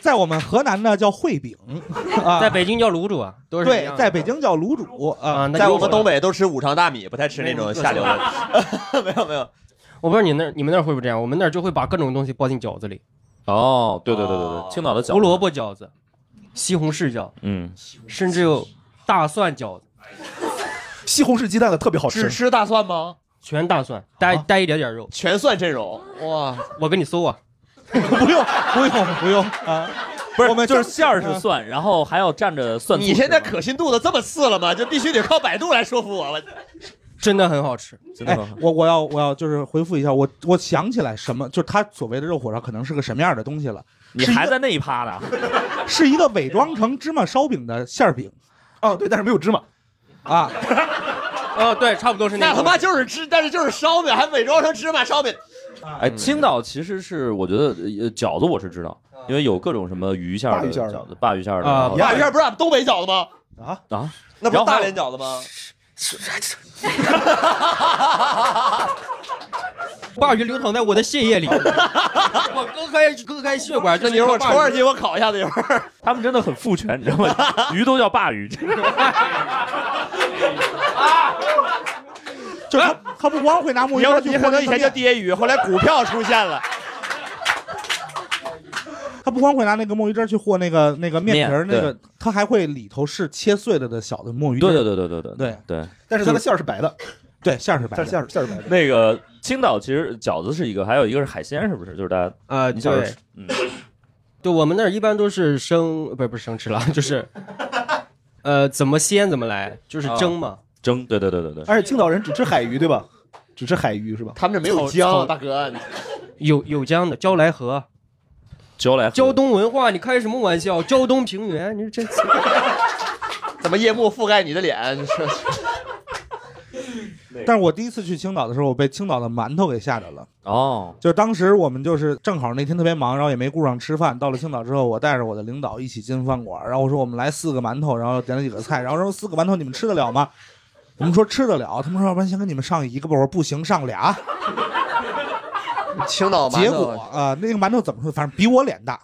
E: 在我们河南呢叫烩饼，啊，
C: 在北京叫卤煮啊，都是一
E: 对
C: 样，的嗯
E: 在北京叫卤煮啊，
C: 那
D: 在
C: 就
D: 我们
C: 是
D: 东北都吃五常大米，不太吃那种下流的。
C: 没有没有，我不知道你那儿你们那儿会不会这样，我们那儿就会把各种东西包进饺子里。
A: 哦，对对对对对，青岛的饺子，
C: 胡萝卜饺子、西红柿饺子，
A: 嗯，
C: 甚至有大蒜饺子，
B: 西红柿鸡蛋的特别好
C: 吃只
D: 吃大蒜吗？
C: 全大蒜，带带一点点肉，
D: 全蒜阵容。 哇，
C: 我给你搜啊，
E: 不用不用不用啊，
A: 不是，
E: 我们
A: 就是馅儿是蒜，然后还要蘸着蒜。
D: 你现在可信度都这么次了吗？就必须得靠百度来说服我了。
C: 真的很好吃，
A: 真
E: 哎，我我要我要就是回复一下，我我想起来什么，就是他所谓的肉火烧可能是个什么样的东西了。
A: 你
E: 是一
A: 还
E: 个
A: 在那一趴呢？
E: 是一个伪装成芝麻烧饼的馅儿饼
B: 哦，对，但是没有芝麻
E: 啊，
C: 哦，对，差不多是
D: 那他妈就是吃，但是就是烧饼，还伪装成芝麻烧饼。
A: 哎，青岛其实是我觉得呃饺子我是知
D: 啊
A: 道，因为有各种什么鱼馅儿
D: 鲅
A: 的
D: 鱼馅儿的
A: 饺子、鲅鱼馅儿的
D: 啊，
A: 然后
D: 鲅鱼馅不是俺们东北饺子吗？
B: 啊
A: 啊，
D: 那不
A: 然
D: 是
A: 后还
D: 大
A: 有
D: 连饺子吗？
C: 鲅鱼流淌在我的血液 里，我割开割开血管，
D: 那
C: 这
D: 一会儿我抽二斤，我烤一下子一会儿。
A: 他们真的很父权， 你知道吗？鱼都叫鲅 鱼，
E: 就是他他不光会拿木鱼刀去
D: 你可
E: 和
D: 能
E: 人
D: 以
E: 争
D: 前叫
E: 辩，
D: 爹鱼，后来股票出现了。
E: 他不光会拿那个墨鱼汁儿去和那个那个面皮儿，
A: 面
E: 那个他还会里头是切碎了的小的墨鱼汁儿。
A: 对对对对对对
E: 对
A: 对。
B: 但是它的馅儿是白的，
E: 对，馅儿是白的。
B: 但是馅儿馅儿是白的。
A: 那个青岛其实饺子是一个，还有一个是海鲜，是不是？就是大家
C: 啊，
A: 你小时候
C: 对
A: 吃，嗯，
C: 对我们那儿一般都是生，不是不是生吃了， 就是，呃，怎么鲜怎么来，就是蒸嘛。
A: 蒸，对对对啊对对。
B: 而且青岛人只吃海鱼，对吧？只吃海鱼是吧？
D: 他们这没有
C: 炒
D: 姜，
C: 炒
D: 大哥。
C: 有有江的胶来河，
A: 胶来
C: 胶东文化，你开什么玩笑？胶东平原，你这这
D: 怎么夜幕覆盖你的脸？
E: 但是我第一次去青岛的时候，我被青岛的馒头给吓着了。
A: 哦，
E: 就是当时我们就是正好那天特别忙，然后也没顾上吃饭。到了青岛之后，我带着我的领导一起进饭馆，然后我说我们来四个馒头，然后点了几个菜，然后说四个馒头你们吃得了吗？我们说吃得了，他们说要不然先给你们上一个吧。我说不行，上俩。
D: 青岛馒
E: 结
D: 头
E: 果啊、那个馒头怎么说？反正比我脸大。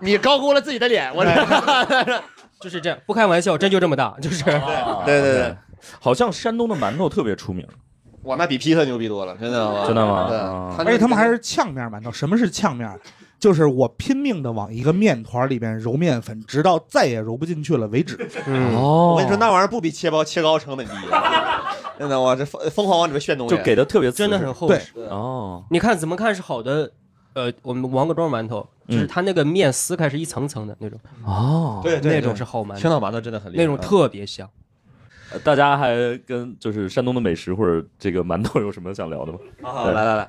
D: 你高估了自己的脸，我这。
C: 就是这样，不开玩笑，真就这么大，就是。
A: 啊
D: 啊对对对，
A: 好像山东的馒头特别出名，
D: 哇，那比披萨牛逼多了，真的吗？
A: 真的吗
D: 对
A: 啊，
E: 而且他们还
D: 是
E: 是呛面馒头。什么是呛面？就是我拼命的往一个面团里面揉面粉，直到再也揉不进去了为止。
A: 哦
D: 我跟你说，那玩意儿不比切包切糕成本低。啊真的，我这疯疯狂往里面炫东西，
A: 就给的特别
C: 真的很厚
E: 对
C: 实。
A: 哦，
C: 你看怎么看是好的，呃，我们王各庄馒头，就是
A: 嗯
C: 它那个面撕开是一层层的那种，
A: 哦，
D: 对对
C: 那种是好馒
D: 青
C: 头，
D: 岛馒头真的很厉害，
C: 那种特别香。
A: 呃大家还跟就是山东的美食或者这个馒头有什么想聊的吗？
D: 好好啊来来来，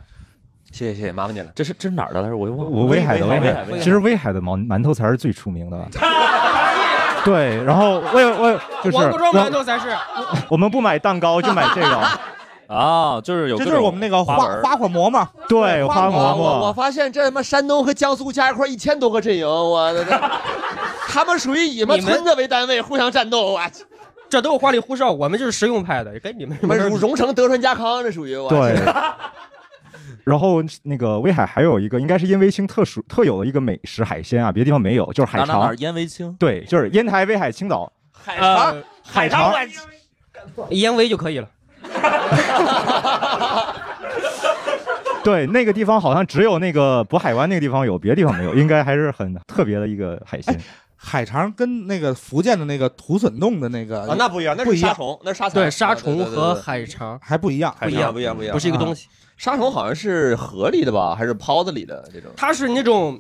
D: 谢谢谢谢，麻烦你了。
A: 这是这是哪儿的来着？我又忘了。
I: 我威海的威海，
A: 威
I: 其实威海的馒馒头才是最出名的。 对，然后我有我有就是
C: 王各庄馒
I: 我
C: 头才是，
I: 我们不买蛋糕，就买这个。
A: 啊，就是有
E: 这
A: 各
E: 就
A: 种
E: 是我们那个花
A: 花纹儿
E: 花火馍嘛。
I: 对，花馍
D: 我我
I: 馍。
D: 发现这他妈山东和江苏加一块一千多个阵营，我的个，他们属于以他妈
C: 你们
D: 村子为单位互相战斗，我去，
C: 这都是花里胡哨，我们就是实用派的，跟你们
D: 他妈荣荣成德川家康，这属于我去。
I: 对。然后那个威海还有一个，应该是因为青特属特有的一个美食海鲜啊，别的地方没有，就是海
A: 哪哪哪
I: 肠
A: 儿。烟微青
I: 对，就是烟台、威海、青岛。
D: 海肠，
C: 呃
D: 海肠，我去
C: 烟微就可以了。
I: 对，那个地方好像只有那个渤海湾那个地方有，别的地方没有，应该还是很特别的一个海鲜。
E: 海肠跟 那个福建的那个土笋冻的那个
D: 啊，那不一样，那
E: 不
D: 是
E: 一
D: 沙
E: 样，
D: 虫，啊那是沙
C: 对，
D: 蚕
C: 沙虫
D: 对对对
C: 和
D: 对
C: 海肠
E: 还不一样，
D: 不一样，不一样，不一样，啊
C: 不是一个东西。
D: 沙虫好像是河里的吧，还是泡子里的这种？
C: 它是那种，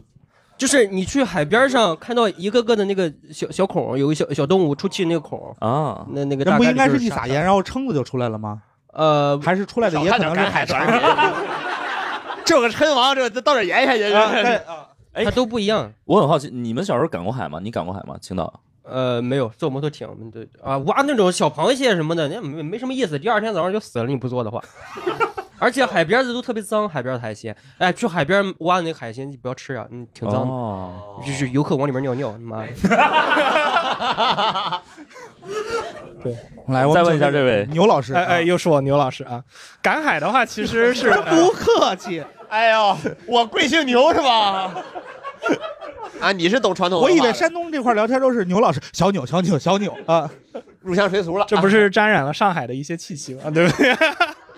C: 就是你去海边上看到一个个的那个小小孔，有个小小动物出气那个孔
A: 啊，
C: 那那个
E: 那
C: 大
E: 不
C: 概
E: 应该
C: 就是
E: 一
C: 沙
E: 撒
C: 虫
E: 盐，然后蛏子就出来了吗？
C: 呃，
E: 还是出来的也可能是海肠。
D: 这有个称王，这倒点盐下去。
C: 它都不一样。
A: 哎我很好奇，你们小时候赶过海吗？你赶过海吗？青岛？
C: 呃，没有，坐摩托艇，对啊，挖那种小螃蟹什么的，那没没什么意思。第二天早上就死了，你不做的话。 而且海边的都特别脏，海边的海鲜，哎，去海边挖的那个海鲜你不要吃啊，嗯，挺脏的，
A: 哦
C: 就是游客往里面尿尿，你妈的。
J: 对，
E: 来，我
J: 再问一下这
E: 位牛老师，
J: 哎哎，又是我牛老师啊！赶海的话，其实 是
E: 不客气。
D: 哎呦，我贵姓牛是吧？啊，你是懂传统
E: 我
D: 文化
E: 以
D: 的，
E: 为山东这块聊天都是牛老师，小钮小钮小钮啊，
D: 入乡随俗了。啊
J: 这 不是沾染了上海的一些气息吗？对不对？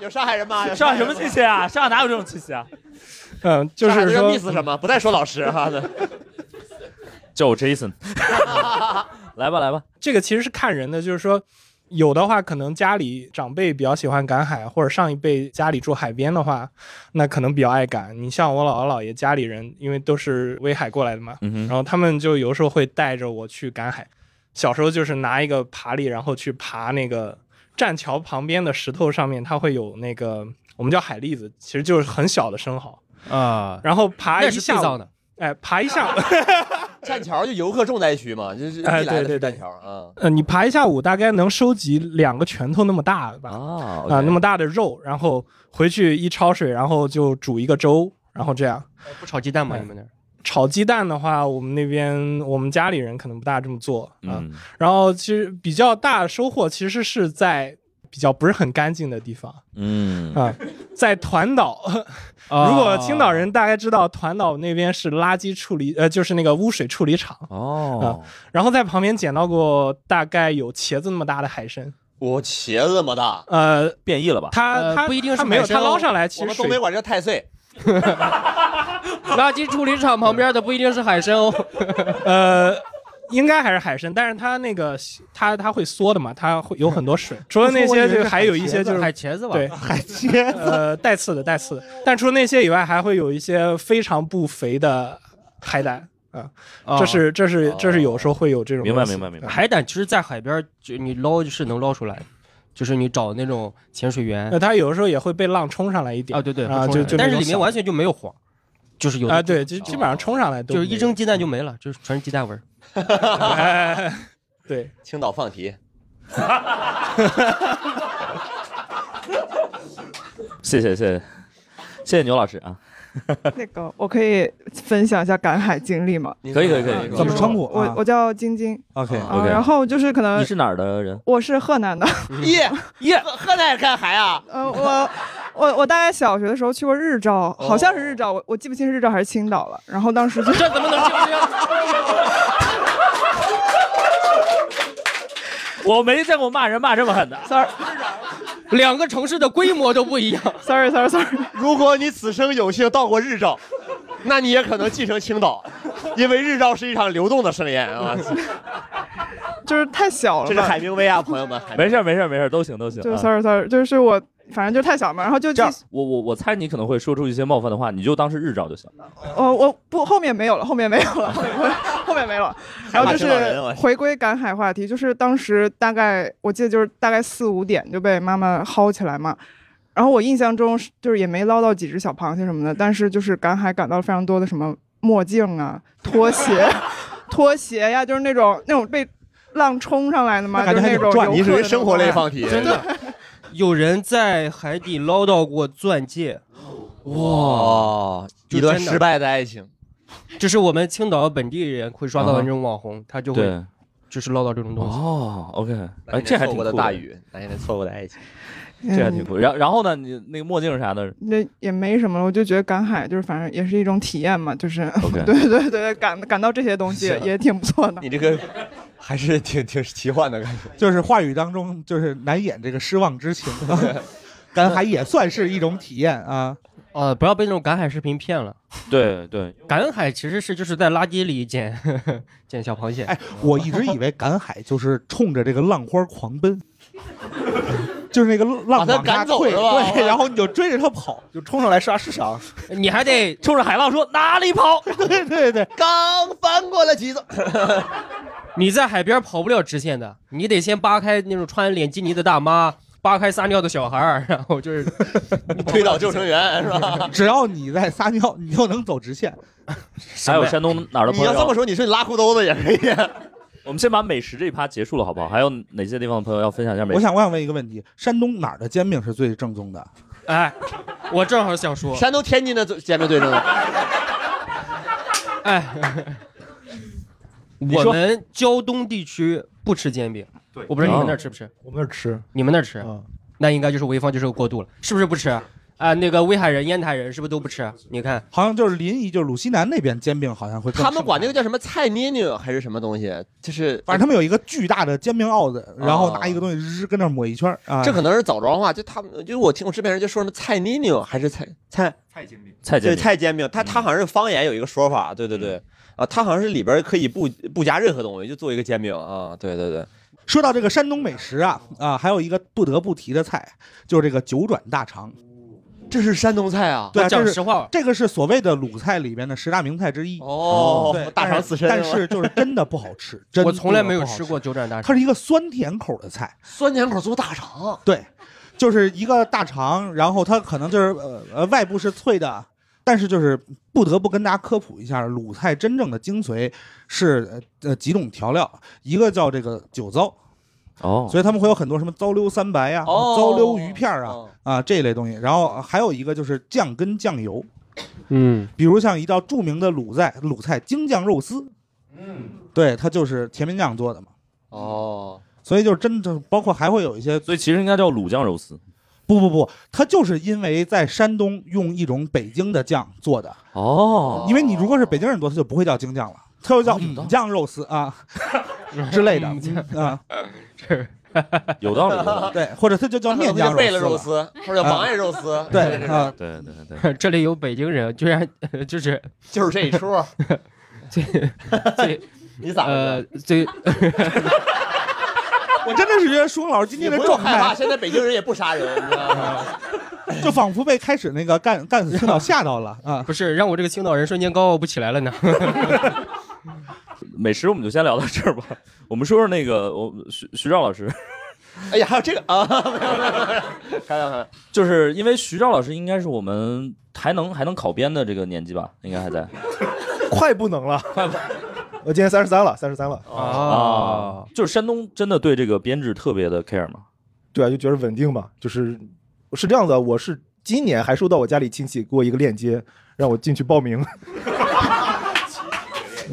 D: 有上海人吗？有
K: 上海什么气息啊？上海哪有这种气息啊？
J: 嗯，就
D: 上海
J: 是
D: 都要
J: 说
D: miss 什么？不再说老师啊哈的。
A: 叫我 Jason，来吧来吧。
J: 这个其实是看人的，就是说，有的话可能家里长辈比较喜欢赶海，或者上一辈家里住海边的话，那可能比较爱赶。你像我姥姥姥爷家里人，因为都是威海过来的嘛，
A: 嗯哼
J: 然后他们就有时候会带着我去赶海。小时候就是拿一个爬犁，然后去爬那个栈桥旁边的石头上面，它会有那个我们叫海蛎子，其实就是很小的生蚝，
K: 啊，
J: 然后爬
D: 那
J: 一
D: 是
J: 下
D: 最
J: 午
D: 脏的，
J: 哎，爬一下午。
D: 栈桥就游客重灾区嘛，就是一来
J: 哎
D: 的
J: 对对
D: 是栈桥啊。
J: 呃，你爬一下午大概能收集两个拳头那么大吧？
A: 啊、
J: 那么大的肉，然后回去一焯水，然后就煮一个粥，然后这样。
C: 呃
J: 哎
C: 不炒鸡蛋吗？你们那儿？
J: 炒鸡蛋的话，我们那边我们家里人可能不大这么做啊。
A: 嗯
J: 然后其实比较大的收获其实是在比较不是很干净的地方
A: 嗯
J: 啊，在团岛。
C: 哦
K: 啊
J: 如果青岛人大概知道，团岛那边是垃圾处理，呃，就是那个污水处理厂
A: 哦、
J: 啊。然后在旁边捡到过大概有茄子那么大的海参。
D: 我茄子这么大，
J: 呃，
A: 变异了吧
J: 它它它没有，它捞上来
D: 我
J: 其实
D: 们
J: 水
D: 东北管这 太 岁。
C: 垃圾处理厂旁边的不一定是海参哦。
J: 呃，应该还是海参，但是它那个它它会缩的嘛，它会有很多 水。除了那些，就还有一些就是
C: 海茄子吧，
J: 对，
E: 海茄
J: 子，呃，带刺的带刺的。但除了那些以外，还会有一些非常不肥的海胆啊、
C: 哦
J: 这是这是这是有时候会有这种
C: 明白
J: 东西
C: 明白明白
J: 啊
C: 海胆其实，在海边儿就你捞是能捞出来的，就是你找那种潜水员
J: 那它有的时候也会被浪冲上来一点
C: 哎啊，对对
J: 啊，就
C: 冲上来
J: 就那
C: 但是
J: 种
C: 里面
J: 小
C: 完全就没有黄，就是有的
J: 啊，对，就基本上冲上来都
C: 就是一
J: 没嗯
C: 蒸鸡蛋就没了，就是全是鸡蛋味儿。
J: 哎对，
D: 青岛放题。
A: 谢谢谢谢谢谢牛老师啊，
L: 那个，我可以分享一下赶海经历吗？啊
A: 可以可以可以，
E: 怎么称呼
L: 我我叫晶晶，
E: ？OK
L: 啊然后就是可能
A: 你是哪儿的人？
L: 我是河南的，
D: 耶耶，河南干海啊？
L: 呃，我我我大概小学的时候去过日照，好像是日照，我我记不清是日照还是青岛了。然后当时就
C: 这怎么能记不清？
K: 我没见过骂人骂这么狠的。
L: sorry，
C: 两个城市的规模都不一样。
L: sorry sorry sorry，
D: 如果你此生有幸到过日照，那你也可能继承青岛，因为日照是一场流动的盛宴啊。
L: 就是太小了吧，
D: 这是海明威啊，朋友们。
A: 没事儿没事儿没事儿，都行都行。
L: 就是
A: 啊
L: sorry sorry，就是我反正就太小嘛，然后就
A: 这
L: 这
A: 样，我我我猜你可能会说出一些冒犯的话，你就当是日照就行。
L: 我呃我不后面没有了，后面没有了，后 面没有了后面没有了。然后就是
A: 还把这帮人我
L: 回归赶海话题，就是当时大概我记得就是大概四五点就被妈妈薅起来嘛。然后我印象中是就是也没捞到几只小螃蟹什么的，但是就是赶海赶到了非常多的什么墨镜啊、拖 鞋、拖鞋呀、就是那种那种被浪冲上来的嘛，
D: 那感
L: 就
D: 觉
L: 是
D: 还挺
L: 那种
D: 赚
L: 游
D: 你
L: 客
D: 属于
L: 的那
D: 生
L: 种
D: 活类
L: 啊
D: 放题
C: 真的。有人在海底捞到过钻戒，
D: 哇，一段失败的爱情。
C: 这是我们青岛本地人会刷到的那种网红，他就
A: 嗯对
C: 会就是捞到这种东西。
A: 哦，OK，哎，这还挺
D: 错
A: 酷
D: 过的大雨，那些年错过的爱情，
A: 这还挺酷。然然后呢，你那个墨镜啥的，
L: 那也没什么了，我就觉得赶海就是反正也是一种体验嘛，就是
A: OK
L: 对对对，赶赶到这些东西
D: 行
L: 也挺不错的。
D: 你这个还是挺挺奇幻的感觉。
E: 就是话语当中 就是难掩这个失望之情。赶海也算是一种体验啊。
C: 呃，不要被那种赶海视频骗了。
A: 对对，
C: 赶海其实是就是在垃圾里捡 捡小螃蟹。哎，
E: 我一直以为赶海就是冲着这个浪花狂奔，就是那个浪
C: 把
E: 往
C: 它
E: 下
C: 赶走
E: 退，
C: 是吧
E: 对，然后你就追着它跑，
B: 就冲上来啥是啥，
C: 你还得
K: 冲着海浪说哪里跑？
E: 对对对，
M: 刚翻过来几 次，
C: 你在海边跑不了直线的，你得先扒开那种穿脸基尼的大妈，扒开撒尿的小孩儿，然后就是
D: 推倒救生员是吧？
E: 只要你在撒尿，你就能走直线。
A: 还有 山东哪儿的朋友？
E: 你要这么说
M: 你说你拉裤兜子也啊是一样。
A: 我们先把美食这一趴结束了，好不好？还有哪些地方的朋友要分享一下美
E: 我
A: 食？
E: 想我想问一个问题：山东哪儿的煎饼是最正宗的？
C: 哎，我正好想说，
M: 山东天津的煎饼最正宗。
C: 哎，
B: 说
C: 我们胶东地区不吃煎饼，
B: 对
C: 我不知道你
E: 嗯
C: 们那儿吃不吃？
B: 哦我们那儿吃，
C: 你们那儿吃，那应该就是潍坊就是个过渡了，是不是不吃？啊、那个威海人、烟台人是不是都不吃？你看，
E: 好像就是临沂，就是鲁西南那边煎饼好像会更
M: 他
E: 盛。
M: 们管那个叫什么菜捏捏还是什么东西，就是哎
E: 反正他们有一个巨大的煎饼鏊子，然后
M: 哦
E: 拿一个东西日跟那儿抹一圈儿啊。
M: 这可能是枣庄话，就他们，就是我听我身边人就说什么菜妮妮还是菜菜菜 煎饼，
A: 菜煎饼嗯
M: 对菜煎饼，他他好像是方言有一个说法，对对对，啊，他好像是里边可以不不加任何东西，就做一个煎饼啊，对对对，
E: 说到这个山东美食啊啊，还有一个不得不提的菜，就是这个九转大肠。
M: 这是山东菜啊
E: 对啊，
M: 我讲
E: 这是
M: 实话，
E: 这个是所谓的鲁菜里边的十大名菜之一。
M: 哦
E: 对，
M: 大肠
E: 但是
M: 刺身
E: 但是就是真的不好 吃，真的
C: 我从来没有
E: 不好
C: 吃过九转大肠，
E: 它是一个酸甜口的菜，
M: 酸甜口做大肠，
E: 对，就是一个大肠，然后它可能就是呃呃外部是脆的，但是就是不得不跟大家科普一下，鲁菜真正的精髓是呃呃几种调料，一个叫这个酒糟，
A: 哦
E: 所以他们会有很多什么糟溜三白呀、
M: 哦
E: 糟溜鱼片啊、啊这一类东西，然后还有一个就是酱跟酱油，
C: 嗯，
E: 比如像一道著名的鲁菜鲁菜京酱肉丝，嗯，对，它就是甜面酱做的嘛。
M: 哦，
E: 所以就是真正包括还会有一些，
A: 所以其实应该叫卤酱肉丝。
E: 不不不，它就是因为在山东用一种北京的酱做的
A: 哦，
E: 因为你如果是北京人做，它就不会叫京酱了，它就
M: 哦
E: 叫母酱肉丝啊 之类的啊嗯啊，
A: 有道理 有道理
E: 对，或者它就叫面酱
M: 贝勒
E: 肉
M: 肉
E: 丝
M: 丝
E: 了
M: 或者王爷肉丝
E: 啊， 对
M: 这是
E: 啊，
A: 对对对，
C: 这里有北京人，居然就是
M: 就是这一出，
C: 最
M: 你 咋
C: 呃 最
E: 我真的是觉得舒红老师 今
M: 你
E: 天
M: 不
E: 的
M: 用
E: 状
M: 害怕，
E: 态，
M: 现在北京人也不杀人，你知道吗？
E: 就仿佛被开始那个干干死青
M: 哦
E: 岛吓到了啊！
C: 不是让我这个青岛人瞬间高傲不起来了呢。
A: 美食我们就先聊到这儿吧。 我们说说那个，我徐徐照老师，
M: 哎呀，还有这个啊，没有没有没 有，开玩笑，
A: 就是因为徐照老师应该是我们还能还能考编的这个年纪吧，应该还在。
B: 快不能了，
A: 快不，
B: 我今年三十三了，三十三了
A: 啊，就是山东真的对这个编制特别的 care 吗？
B: 对啊，就觉得稳定嘛，就是是这样的。我是今年还收到我家里亲戚给我一个链接，让我进去报名。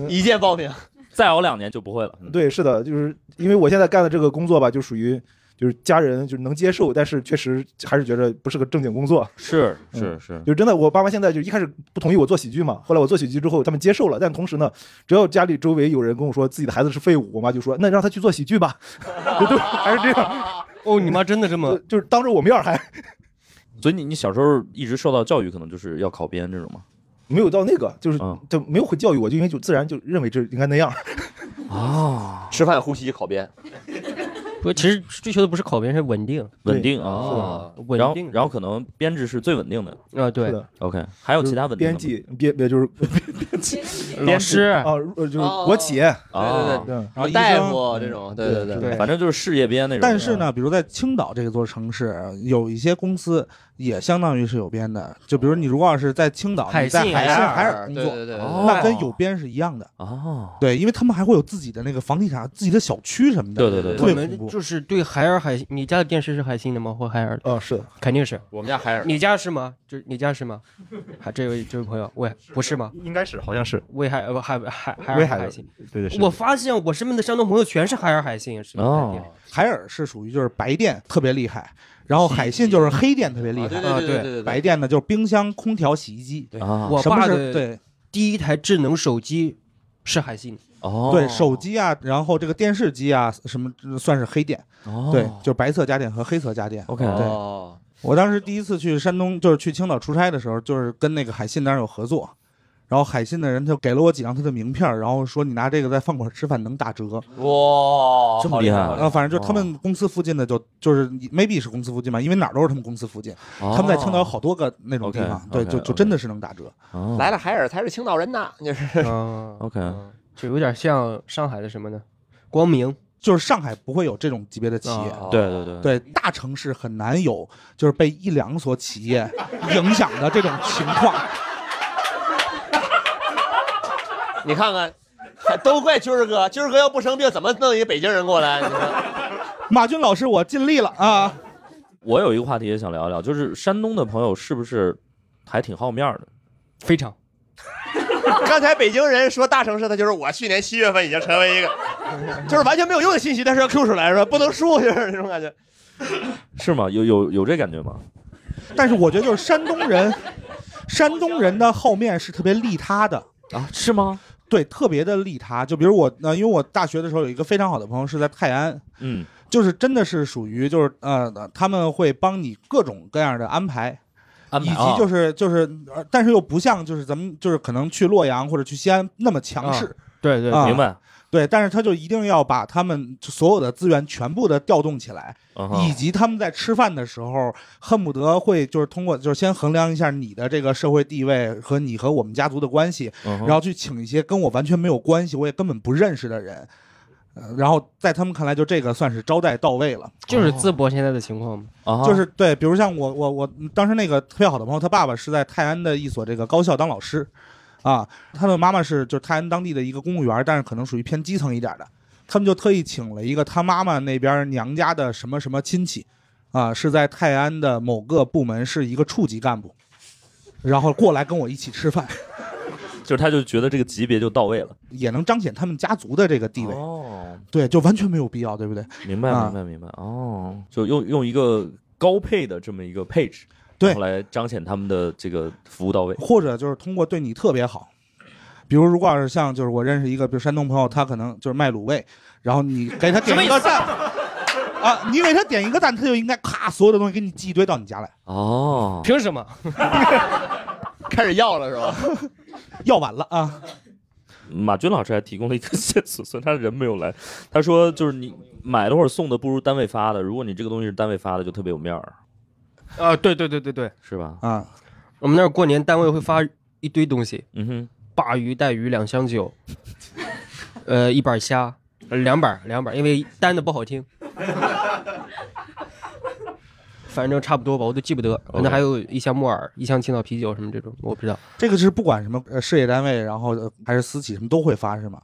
M: 一键报名，
A: 再熬两年就不会了。
B: 对，是的，就是因为我现在干的这个工作吧，就属于就是家人就是能接受，但是确实还是觉得不是个正经工作。
A: 是
B: 嗯
A: 是是，
B: 就真的，我爸妈现在就一开始不同意我做喜剧嘛，后来我做喜剧之后，他们接受了，但同时呢，只要家里周围有人跟我说自己的孩子是废物，我妈就说那让他去做喜剧吧， 就都还是这样。
C: 哦，你妈真的这么
B: 就是当着我面儿还
A: 所以你你小时候一直受到教育，可能就是要考编这种吗？
B: 没有到那个，就是
A: 嗯
B: 就没有会教育我，就因为就自然就认为这应该那 样。
A: 啊，
M: 吃饭呼吸考编，
C: 不，其实 追求的不是考编，是稳定，
A: 稳定
C: 是
A: 啊
C: 的，稳
A: 然后
C: 定
A: 然后可能编制是最稳定的
C: 啊对是的
A: ，OK，还有其他稳定的
B: 编
A: 吗
B: 辑编也就是编辑
A: 老师
B: 啊，
E: 哦
B: 呃就是国企啊，
A: 啊，
E: 然后医生大夫
M: 这种
E: 对对对对
A: 反正就是事业编那种。
E: 但是呢，比如在青岛这座城市，有一些公司也相当于是有编的。就比如你如果要是在青岛，
M: 海
E: 你在海
M: 信
E: 信海
M: 海
E: 尔
M: 尔
E: 工作，
M: 对对对对对
E: 那跟有编是一样的。
A: 哦，
E: 对，因为他们还会有自己的那个房地产、自己的小区什么的。
C: 我
E: 特别恐
C: 们
E: 怖。
C: 就是对海尔海，你家的电视是海信的吗？或海尔的？
B: 哦，是的，
C: 肯定是。
M: 我们家海尔
C: 你家是吗？就是你家是吗？还这位这位朋友，喂，不是吗？
H: 应该是，好像是。
C: 威海呃不海海海
E: 威
C: 尔
E: 海的
C: 海信，
E: 对对是
C: 我发现我身边的山东朋友全是海尔海信，是
A: 哦，
E: 海尔是属于就是白电特别厉害，然后海信就是黑电特别厉害。
C: 啊对对对对对对
E: 白电呢就是冰箱、空调、洗衣机。
A: 啊
C: 我
E: 什么
C: 爸
E: 是
C: 的
E: 对
C: 第一台智能手机是海信。
A: 哦
E: 对，手机啊，然后这个电视机啊，什么呃算是黑电？
A: 哦
E: 对，就是白色家电和黑色家电。
A: OK
E: 对，
M: 哦，
E: 我当时第一次去山东，就是去青岛出差的时候，就是跟那个海信当时有合作，然后海信的人就给了我几张他的名片儿，然后说你拿这个在饭馆吃饭能打折。
D: 哇，
E: 这
D: 好
E: 么厉害
D: 好
E: 啊！反正就是他们公司附近的就，就是 maybe 是公司附近吧，因为哪儿都是他们公司附近。
D: 哦
E: 他们在青岛有好多个那种地方
D: OK，OK，
E: 对，就就真的是能打折。嗯
A: 哦
D: 来了海尔才是青岛人呐，就是。
C: 嗯
A: OK，
C: 就有点像上海的什么呢？光明，
E: 就是上海不会有这种级别的企业
C: 哦，
A: 对对对
E: 对，大城市很难有就是被一两所企业影响的这种情况。
D: 你看看，还都怪军儿哥，军儿哥要不生病，怎么弄一北京人过来？你说
E: 马军老师，我尽力了啊！
A: 我有一个话题也想聊一聊，就是山东的朋友是不是还挺好面儿的？
C: 非常。
D: 刚才北京人说大城市，他就是我去年七月份已经成为一个，就是完全没有用的信息，但是要 Q 出来是吧？不能输，就是那种感觉。
A: 是吗？有有有这感觉吗？
E: 但是我觉得就是山东 人，山东人的后面是特别利他的
A: 啊，是吗？
E: 对，特别的利他。就比如我，呃，因为我大学的时候有一个非常好的朋友是在泰安，
A: 嗯，
E: 就是真的是属于就是呃，他们会帮你各种各样的安排。
A: 安
E: 以
A: 排
E: 及就
A: 啊
E: 是就是，呃但是又不像就是咱们就是可能去洛阳或者去西安那么强势，
C: 对对
E: 啊
A: 明白。
E: 对，但是他就一定要把他们所有的资源全部的调动起来，
A: 嗯哼
E: 以及他们在吃饭的时候，恨不得会就是通过就是先衡量一下你的这个社会地位和你和我们家族的关系，
A: 嗯哼
E: 然后去请一些跟我完全没有关系，我也根本不认识的人，呃然后在他们看来，就这个算是招待到位了。
A: 哦
C: 就是淄博现在的情况嘛。
A: 啊
E: 就是对，比如像我我我当时那个特别好的朋友，他爸爸是在泰安的一所这个高校当老师，啊，他的妈妈是就是泰安当地的一个公务员，但是可能属于偏基层一点的。他们就特意请了一个他妈妈那边娘家的什么什么亲戚，啊，是在泰安的某个部门是一个处级干部，然后过来跟我一起吃饭，
A: 就是他就觉得这个级别就到位了。
E: 也能彰显他们家族的这个地位。
A: 哦，
E: 对，就完全没有必要，对不对？
A: 明白
E: 啊
A: 明白明白。哦，就用用一个高配的这么一个配置，
E: 对
A: 然后来彰显他们的这个服务到位。
E: 或者就是通过对你特别好，比如如果要是像就是我认识一个，比如山东朋友，他可能就是卖卤味，然后你给他点一个赞啊，你给他点一个赞，他就应该咔所有的东西给你寄一堆 到你家来，
A: 哦，
C: 凭什么？
D: 开始要了是吧？
E: 要晚了啊。
A: 马军老师还提供了一个 线索，虽然他人没有来，他说就是你买的或者送的不如单位发的，如果你这个东西是单位发的，就特别有面儿，
C: 啊，对对对对对，
A: 是吧？
E: 啊，
C: 我们那儿过年单位会发一堆东西，
A: 嗯哼，
C: 鲅鱼、带鱼两箱酒， 呃，一板虾，呃两板两板，因为单的不好听，反正差不多吧，我都记不得。可能还有一箱木耳、一箱青岛啤酒什么这种，我不知道。
E: 这个是不管什么呃事业单位，然后呃还是私企什么都会发是吗？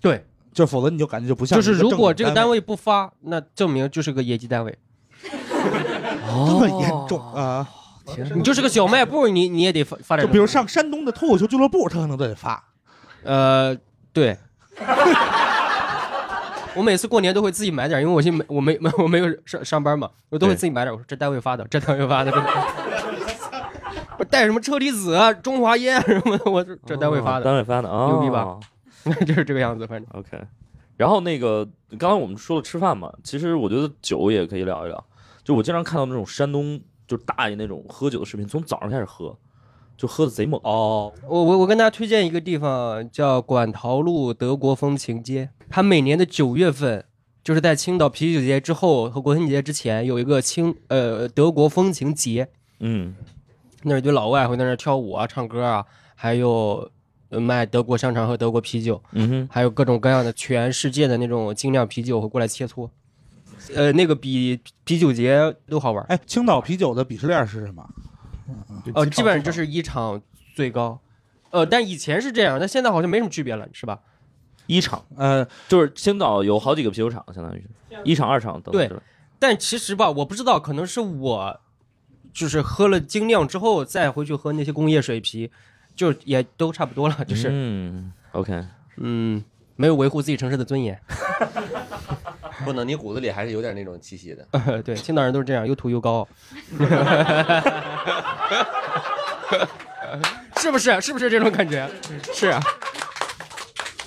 C: 对，
E: 就否则你就感觉就不像
C: 就是
E: 一正
C: 如
E: 经
C: 果这个
E: 单
C: 单位不发，那证明就是个野鸡单位。
E: 这么严重啊，
C: 你就是个小卖部，你你也得发发展。
E: 就比如上山东的脱口秀俱乐部，他可能都得发。
C: 呃，对。 我每次过年都会自己买点，因为我现我没 我没有上上班嘛，我都会自己买点。我说这单位发的，这单位发的，这我带什么车厘子啊、中华烟什么的，我这这单位发的，
A: 哦单位发的哦
C: 牛逼吧？ 就是这个样子，反正
A: OK。然后那个刚才我们说了吃饭嘛，其实我觉得酒也可以聊一聊。就我经常看到那种山东就大爷那种喝酒的视频，从早上开始喝，就喝的贼猛
D: 哦。
C: 我我我跟大家推荐一个地方，叫馆陶路德国风情街。它每年的九月份，就是在青岛啤酒节之后和国庆节之前，有一个青呃德国风情节。
A: 嗯，
C: 那儿一堆老外会在那儿跳舞啊、唱歌啊，还有呃卖德国香肠和德国啤酒，
A: 嗯哼，
C: 还有各种各样的全世界的那种精酿啤酒会过来切磋。呃，那个比啤酒节都好玩。
E: 哎，青岛啤酒的鄙视链是什么？
C: 呃，基本上就是一场最高。呃，但以前是这样，但现在好像没什么区别了，是吧？
A: 一场，
E: 呃，
A: 就是青岛有好几个啤酒厂，相当于是一厂、二厂等等。
C: 对，但其实吧，我不知道，可能是我就是喝了精酿之后再回去喝那些工业水啤，就也都差不多了， 就是。
A: 嗯，OK，
C: 嗯，没有维护自己城市的尊严。
D: 不能，你骨子里还是有点那种气息的。
C: 对，青岛人都是这样，又土又高， 是不是？是不是这种感觉？是啊。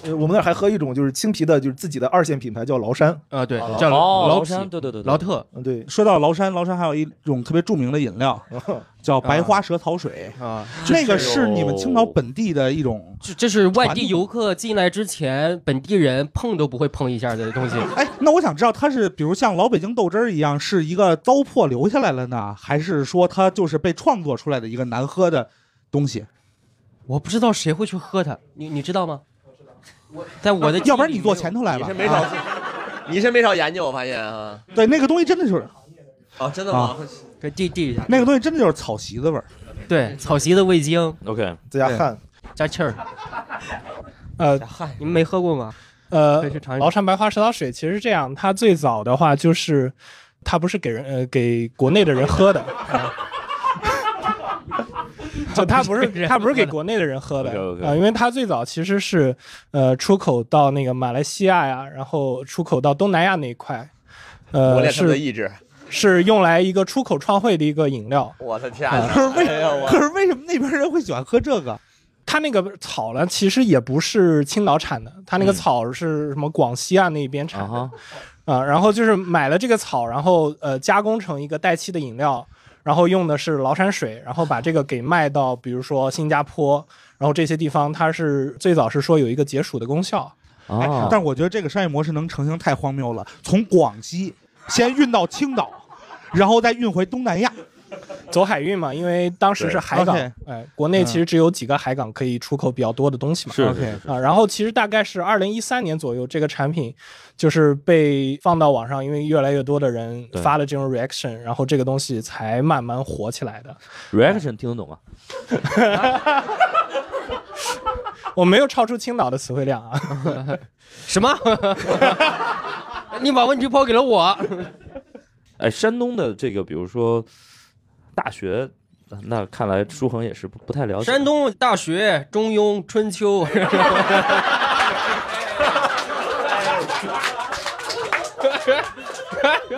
B: 呃我们那儿还喝一种就是青啤的，就是自己的二线品牌叫崂山
C: 啊，对
E: 叫哦崂崂山啤
A: 对对对
E: 对
C: 劳特，
B: 嗯，对。
E: 说到崂山，崂山还有一种特别著名的饮料，叫白花蛇草水
C: 啊
E: 那个是你们青岛本地的一种，
C: 这这是外地游客进来之前，本地人碰都不会碰一下的东西。
E: 哎，那我想知道它是比如像老北京豆汁儿一样，是一个糟粕留下来了呢，还是说它就是被创作出来的一个难喝的东西？
C: 我不知道谁会去喝它，你你知道吗？在我的
E: 要不然你坐前头来吧。
C: 你是没少
E: 啊
D: 你是没少研究，我发现啊。
E: 对，那个东西真的就是
D: 哦，真的
E: 啊
D: 吗？，
C: 给递递一下。
E: 那个东西真的就是草席子味儿。
C: 对，草席的味精。
A: OK，
B: 再加汗，
C: 加气儿。
J: 呃，
C: 你们没喝过吗？
J: 呃
C: 哎可以去尝，一尝
J: 崂山白花石草水其实是这样，它最早的话就是它不是给人呃给国内的人喝 的，就它不是它不是给国内的人喝的
A: OK，OK
J: 啊、因为它最早其实是呃出口到那个马来西亚呀，然后出口到东南亚那一块，
D: 磨
J: 呃
D: 练他们的
J: 是
D: 意志。
J: 是用来一个出口创汇的一个饮料。
D: 我的天
J: 啊
D: 哪！
J: 可是为
D: 哎呀我
J: 可是为什么那边人会喜欢喝这个？它那个草呢，其实也不是青岛产的，它那个草是什么广西啊那边产的，嗯啊、然后就是买了这个草，然后呃加工成一个带气的饮料，然后用的是崂山水，然后把这个给卖到比如说新加坡，然后这些地方它是最早是说有一个解暑的功效，啊
E: 哎但我觉得这个商业模式能成型太荒谬了，从广西先运到青岛，然后再运回东南亚。
J: 走海运嘛，因为当时是海港
E: OK，
J: 哎，国内其实只有几个海港可以出口比较多的东西嘛。
E: 是是是
J: 啊，然后其实大概是二零一三年左右，这个产品就是被放到网上，因为越来越多的人
A: 对
J: 发了这种 reaction，然后这个东西才慢慢火起来的。
A: reaction 听得懂吗？
J: 我没有超出青岛的词汇量啊。
C: 什么？ 你把问题抛给了我。
A: 哎，山东的这个，比如说大学，那看来舒恒也是不不太了解。
C: 山东大学、中庸、春秋，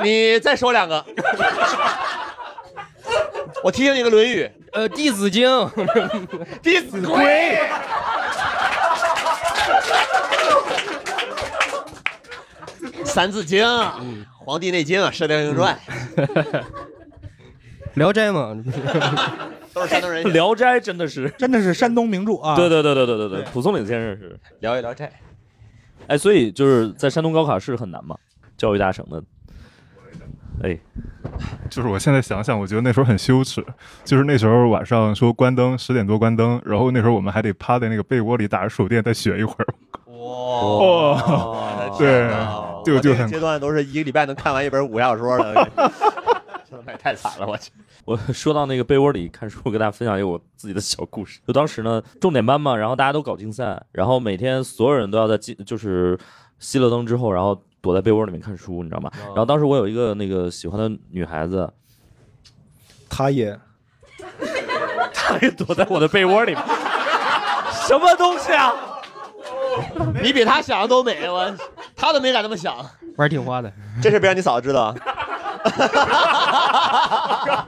D: 你再说两 个。我提醒你个《论语》，
C: 呃，《弟子经》，
D: 《 弟子
E: 嗯
D: 规》。《三字经》黄帝内经》《射雕英雄传》
C: 聊斋嘛，
D: 都是山 东人写的。
A: 聊斋真的是，
E: 真的是山东名著啊！
A: 对对对对对对对，蒲松龄先生是。
D: 聊一聊斋。
A: 哎，所以就是在山东高考试很难嘛，教育大省的。哎，
H: 就是我现在想想，我觉得那时候很羞耻。就是那时候晚上说关灯，十点多关灯，然后那时候我们还得趴在那个被窝里打着手电再学一会儿。 哦
C: 哦
D: 哦
H: 哇对，就就很
D: 阶段都是一个礼拜能看完一本武侠小说 的，真的太惨了，我去。
A: 我说到那个被窝里看书，给大家分享一个我自己的小故事。就当时呢，重点班嘛，然后大家都搞竞赛，然后每天所有人都要在进，就是熄了灯之后，然后躲在被窝里面看书，你知道吗？然后当时我有一个那个喜欢的女孩子，
B: 她也，
A: 她也躲在我的被窝里面，什么东西 啊？
D: 你比他想的都美，我他都没敢那么想。
C: 玩挺花的。
D: 这事别让你嫂子知道啊。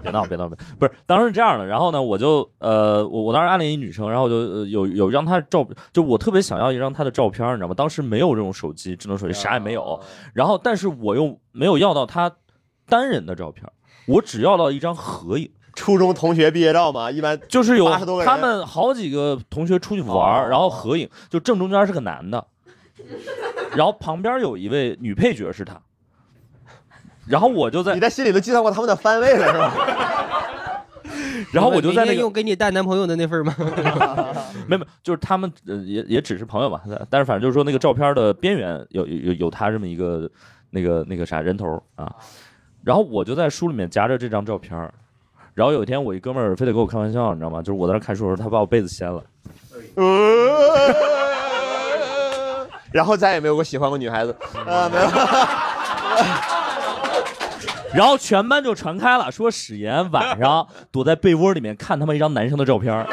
A: 别闹，别闹，别不是，当时是这样的。然后呢，我就呃，我我当时暗恋一女生，然后我就、呃、有有让她的照，就我特别想要一张她的照片，你知道吗？当时没有这种手机，智能手机啥也没
D: 啊
A: 有。然后，但是我又没有要到她单人的照片，我只要到一张合影。
D: 初中同学毕业照嘛，一般
A: 就是有
D: 80多个人哦
A: 他们好几个同学出去玩儿，然后合影，就正中间是个男 的，然后旁边有一位女配角是他，然后我就在
D: 你在心里都计算过他们的番位了是吧？
A: 然后我就在那个
C: 每天用给你带男朋友的那份吗？
A: 没有，没有就是他们呃也也只是朋友嘛，但但是反正就是说那个照片的边缘有有有有他这么一个那个那个啥人头啊，然后我就在书里面夹着这张照片儿，然后有一天我一哥们儿非得跟我开玩笑，你知道吗？就是我在那看书的时候，他把我被子掀了，
D: 呃然后再也没有过喜欢过女孩子，啊，没有。
A: 然后全班就传开了，说史岩晚上躲在被窝里面看他们一张男生的照片儿，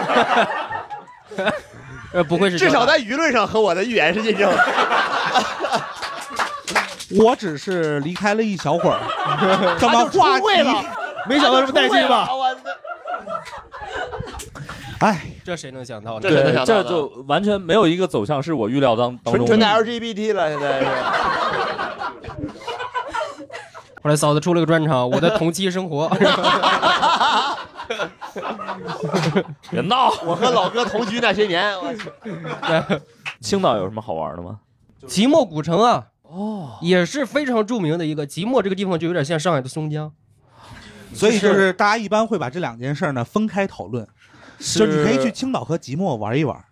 C: 呃，不会
D: 至少在舆论上和我的预言是印证 的。
E: 我只是离开了一小 会儿，怎么
D: 他就
E: 话
D: 出柜
E: 题
D: 了？
E: 没想到这么带劲吧
D: 他就出柜了我的
E: 哎，
C: 这谁能想到呢？
N: 对，这就完全没有一个走向是我预料当当 中
D: 纯纯的
N: 的。，
D: LGBT 了，现在是。
C: 后来嫂子出了个专场《我的同期生活》
N: 别闹
D: 我和老哥同居那些年，我去。
N: 青岛有什么好玩的吗？
C: 即墨古城啊，
N: 哦，
C: 也是非常著名的一个。即墨这个地方就有点像上海的松江，
E: 所以
C: 就
E: 就是是大家一般会把这两件事儿呢分开讨论，
C: 是
E: 就你可以去青岛和即墨玩一玩。
C: 啊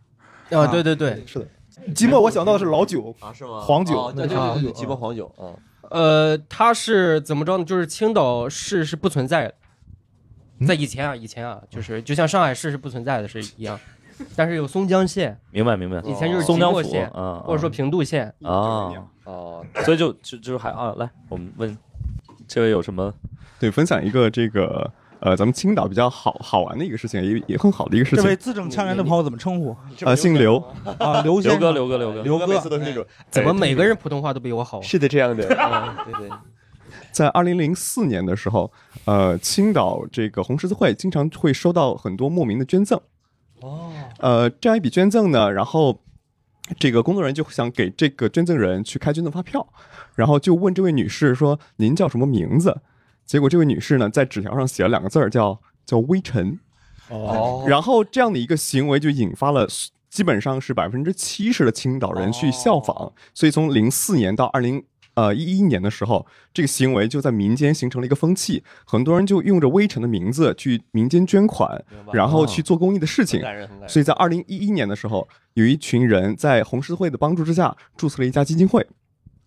C: 对对对，
B: 是的。即墨我想到的是老酒
D: 啊，是吗
B: 黄酒，
C: 嗯
D: 哦对对对对，即墨黄酒啊。
C: 呃，它是怎么着呢？就是青岛市是不存在
D: 嗯
C: 的，在以前啊，以前啊，就是就像上海市是不存在的是一样，但是有松江县，
A: 明白明白。
C: 以前就是
A: 松江
C: 即
A: 府
C: 墨县
A: 哦啊，
C: 或者说平度县
A: 啊
D: 哦，
A: 所以就就就是还啊，来我们问这位有什么？
O: 对，分享一个这个呃，咱们青岛比较好好玩的一个事情，也也很好的一个事
E: 这位
O: 情。
E: 字正腔圆的朋友怎么称呼？
O: 啊，姓刘
E: 啊，刘先生刘哥
C: 怎么
O: 哎
C: 每个人普通话都比我好？
D: 是的，这样的 嗯
C: 啊，
D: 对对。
O: 在二零零四年的时候，呃，青岛这个红十字会经常会收到很多莫名的捐赠。哦，呃，这样一笔捐赠呢，然后这个工作人员就想给这个捐赠人去开捐赠发票，然后就问这位女士说：“您叫什么名字？”结果这位女士呢，在纸条上写了两个字儿，叫叫微尘。
D: 哦
O: 然后这样的一个行为就引发了。基本上是百分之七十的青岛人去效仿，所以从零四年到二零呃一一年的时候，这个行为就在民间形成了一个风气，很多人就用着微臣的名字去民间捐款，然后去做公益的事情
D: 很感人很感。人
O: 所以在二零一一年的时候，有一群人在红十字会的帮助之下，注册了一家基金会，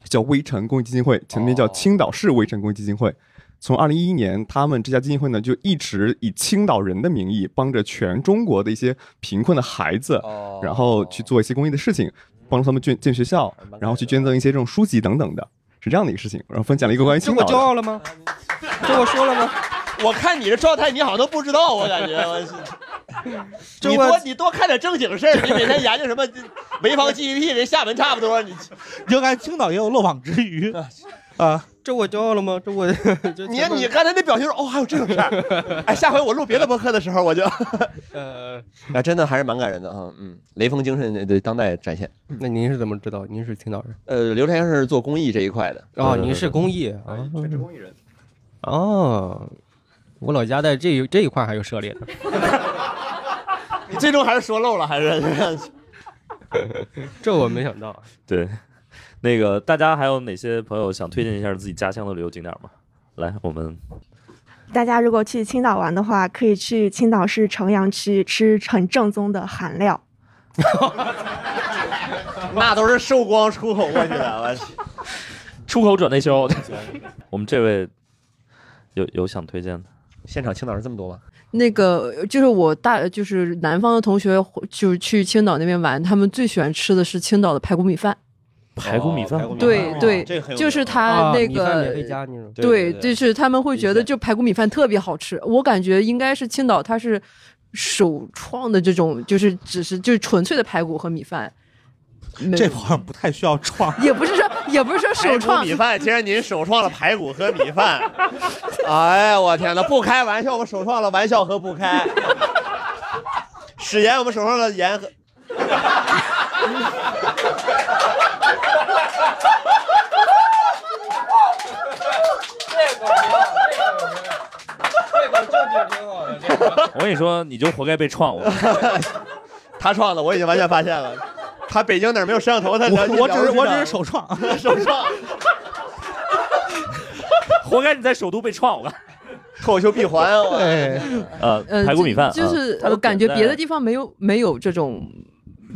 O: 叫微臣公益基金会，前
D: 哦
O: 面叫青岛市微臣公益基金会。从二零一一年，他们这家基金会呢，就一直以青岛人的名义，帮着全中国的一些贫困的孩子，
D: 哦
O: 然后去做一些公益的事情，帮助他们捐建学校，
D: 哎
O: 然后去捐赠一些这种书籍等等的，是这样的一个事情。然后分享了一个关于
C: 这
O: 青
D: 哎
C: 我
O: 岛
C: 骄
O: 的，
C: 傲 了吗？这我说了吗？
D: 我看你的状态，你好像都不知道，我感觉。我
C: 这
D: 你
C: 我
D: 多你多看点正经事儿，你每天研究 什么潍坊 GDP，人厦门差不多，你
E: 应该青岛也有漏网 之鱼啊。
C: 这我骄傲了吗？这我这
D: 你你刚才那表情说，哦，还有这种事 儿，哎，下回我录别的播客的时候，我就，
C: 呃，
D: 啊，真的还是蛮感人的啊，嗯，雷锋精神 对当代展现。
C: 那您是怎么知道？您是青岛人？
D: 呃，刘天是做公益这一块的
C: 哦，您是公
D: 益，
C: 益啊？
O: 哎全职公益人。
C: 哦，我老家在这一这一块还有涉猎呢。
D: 你 最终 还是说漏了，还是
C: 这我没想到。
A: 对， 那个大家还有哪些朋友想推荐一下自己家乡的旅游景点吗？来，我们
F: 大家如果去青岛玩的话，可以去青岛市城阳区吃很正宗的韩料。
D: 那都是受光出口过去的，我去。
A: 出口转内销。 我们这位有有想推荐的？
D: 现场青岛人这么多吗？
P: 那个就是我大就是南方的同学，就是去青岛那边玩，他们最喜欢吃的是青岛的排骨米饭。
A: 排骨米饭，
P: 对对，就是他那
C: 啊米饭
P: 个
C: 免费加那种
P: 对，就是他们会觉得就排骨米饭特别好吃。我感觉应该是青岛，它是首创的这种，就是只是就是纯粹的排骨和米饭。没
E: 这好像不太需要创，
P: 也不是说 也不是说首
D: 排
P: 创
D: 骨米饭，既然您首创了排骨和米 饭，哎呀，我天哪！不开玩笑，我首创了玩笑和不开。史岩，我们首创了盐和。
A: 我跟你说，你就活该被 创。我
D: 他创的，我已经完全发现了。他北京哪儿没有摄像头？他
E: 我我只是我只是首创，
D: 首创。
A: 活该你在首都被创了。
D: 脱口秀闭环 啊！我
A: 呃
P: 呃，
A: 排骨米饭
P: 就就
A: 啊
P: 是
A: 它的
P: 我感觉
A: 点在
P: 别的地方没有没有这种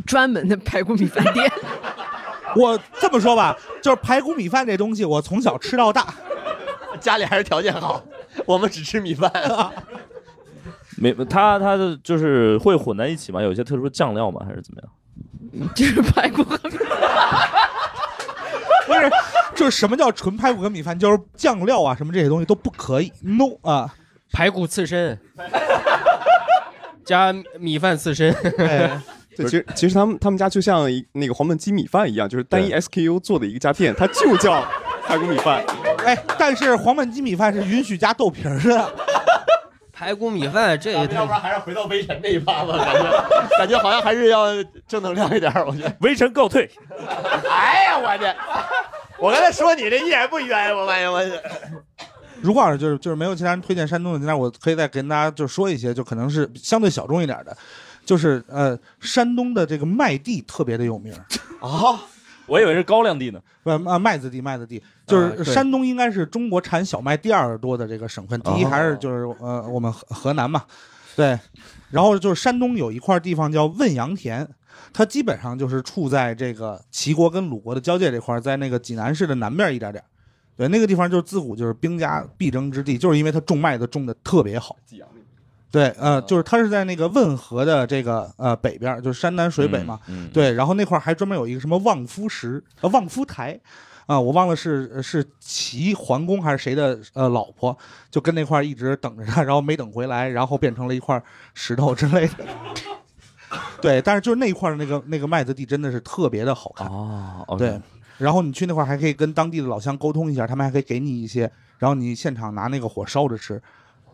P: 专门的排骨米饭店。
E: 我这么说吧，就是排骨米饭这东西，我从小吃到大。
D: 家里还是条件好，我们只吃米饭。
A: 没，它它的就是会混在一起吗？有一些特殊的酱料吗？还是怎么样？
E: 不是，就是什么叫纯排骨跟米饭，就是酱料啊什么这些东西都不可以，no 啊。
C: 排骨刺身，加米饭刺身。
O: 对，其实其实他们他们家就像一那个黄焖鸡米饭一样，就是单一 SKU 做的一家店，它就叫 排骨米饭。
E: 哎，但是黄焖鸡米饭是允许加豆皮儿的。
C: 排骨米饭这也
D: 要不然还是回到微臣那一趴吧，感觉感觉好像还是要正能量一点儿，我觉得。
A: 微臣告退。
D: 哎呀，我的，我刚才说你这一点不冤，我发现我这。
E: 如果要是就是就是没有其他人推荐山东的，那我可以再跟大家就说一些，就可能是相对小众一点的，就是呃，山东的这个麦地特别的 有名
D: 啊。
A: 我以为是高粱地呢，
E: 不啊，麦子地，麦子地，就是
A: 啊
D: 啊
A: 对
E: 山东应该是中国产小麦第二多的这个省份，第一
A: 哦
E: 还是就是呃我们河河南嘛，对，然后就是山东有一块地方叫汶阳田，它基本上就是处在这个齐国跟鲁国的交界这块儿，在那个济南市的南边一点点儿，对，那个地方就是自古就是兵家必争之地，就是因为它种麦子种的特别好，对，
A: 嗯
E: 呃，就是它是在那个汶河的这个呃北边儿，就是山南水北嘛。
A: 嗯嗯
E: 对，然后那块儿还专门有一个什么望夫石、呃望夫台，啊、我忘了是是齐桓公还是谁的呃老婆，就跟那块儿一直等着他，然后没等回来，然后变成了一块石头之类的。对，但是就是那块儿的那个那个麦子地真的是特别的好看
A: 哦
E: 对，然后你去那块儿还可以跟当地的老乡沟通一下，他们还可以给你一些，然后你现场拿那个火烧着吃，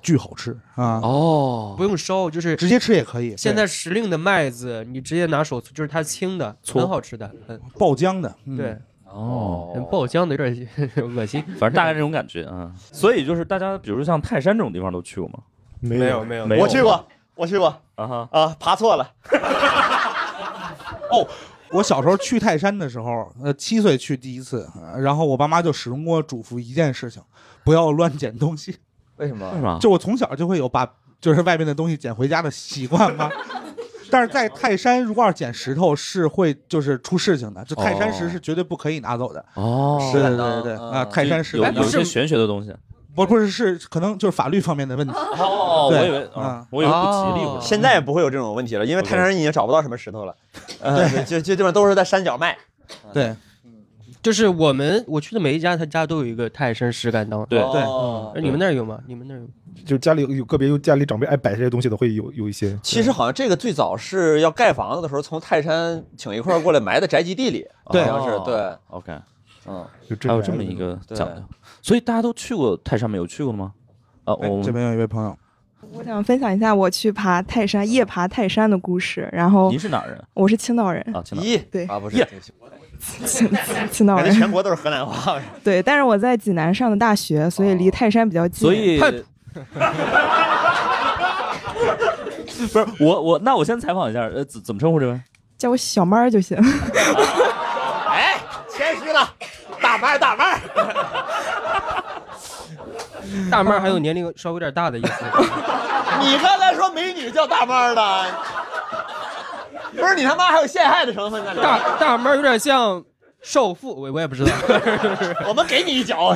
E: 巨好吃啊！
A: 哦，
E: 不用
C: 烧，就是
E: 直接吃也可以。
C: 现
E: 对
C: 在时令的麦子，你直接拿手搓，就是它青的，
E: 搓
C: 很好吃的，嗯，
E: 爆浆的，嗯
C: 对，
A: 哦
C: 嗯，爆浆的有点恶心，
A: 反正大概这种感觉啊。所以就是大家，比如说像泰山这种地方都去过吗？
D: 没
A: 有没有没有
D: 我去过，我去过
A: 啊哈
D: 啊，爬错了。
E: 我小时候去泰山的时候，呃，七岁去第一次，呃然后我爸妈就始终给我嘱咐一件事情：不要乱捡东西。
Q: 为什么？
E: 就我从小就会有把就是外面的东西捡回家的习惯嘛。 但是在泰山，如果要是捡石头，是会就是出事情的。就泰山石是绝对不可以拿走的。
A: 哦
E: 对对对对啊，泰山石
A: 有有一些玄学的东西。
E: 不不是是可能就是法律方面的问题。
A: 哦
E: 对
A: 我以为
E: 啊，
A: 我以为不
C: 哦
A: 吉利或者
D: 嗯现在也不会有这种问题了，因为泰山已经找不到什么石头了， 呃，这这这边都是在山脚卖。
E: 对，
C: 就是我们我去的每一家，他家都有一个泰山石敢当，
B: 对对
C: 哦
B: 对
C: 你们那儿有吗？你们那儿有吗？
B: 就家里有有个别有家里长辈爱摆这些东西的，会有有一些。
D: 其实好像这个最早是要盖房子的时候，从泰山请一块儿过来埋在宅基地里，
A: 对
D: 好像是对
A: 哦。OK，
D: 嗯，
A: 还有这么一个
D: 对
A: 讲究， 所以大家都去过泰山没有去过的吗？啊，
E: 哎
A: 我
E: 这边有一位朋友，
G: 我想分享一下我去爬泰山、夜爬泰山的故事。然后
A: 您是哪儿人？
G: 我是青岛人
A: 啊，青岛
D: 咦，
G: 对
D: 啊，不是
G: 耶，青 青岛
D: 感觉
G: 人，
D: 全国都是河南话。哦
G: 对，但是我在济南上的大学，所以离泰山比较近。
A: 所以 不是我我那我先采访一下，呃，怎怎么称呼这位？
G: 叫我小妹儿就行。
D: 哎，谦虚了，大麦大麦。
C: 大妈还有年龄稍微有点大的意思。
D: 你刚才说美女叫大妈的，不是你他妈还有陷害的成分在里面。
C: 大大妈有点像少妇，我我也不知道。
D: 我们给你一脚，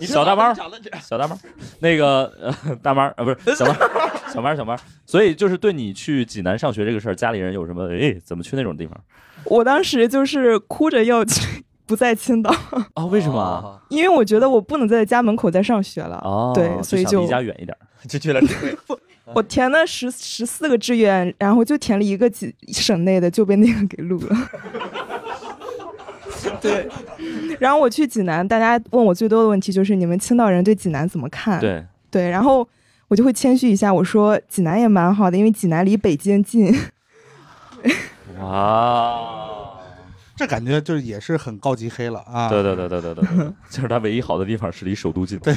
D: 你这
A: 小大妈 儿
D: 讲的这，
A: 小大妈儿，那个呃，大妈儿啊，不是小妈儿，小妈儿，小妈儿。所以就是对你去济南上学这个事儿，家里人有什么？哎，怎么去那种地方
G: 我当时就是哭着要去，不在青岛，
A: 啊？为什么？
G: 因为我觉得我不能在家门口再上学了。
A: 哦，
G: 对，所以
A: 想
G: 就
A: 离家远一点儿。
D: 就去了
G: 我填了十十四个志愿，然后就填了一个几省内的，就被那个给录了。对，然后我去济南，大家问我最多的问题就是你们青岛人对济南怎么看？
A: 对
G: 对，然后我就会谦虚一下，我说济南也蛮好的，因为济南离北京近。
Q: 啊
A: 啊哇，
E: 这感觉就是也是很高级黑了啊。
A: 对对对对对对对，对就是它唯一好的地方是离首都近。对，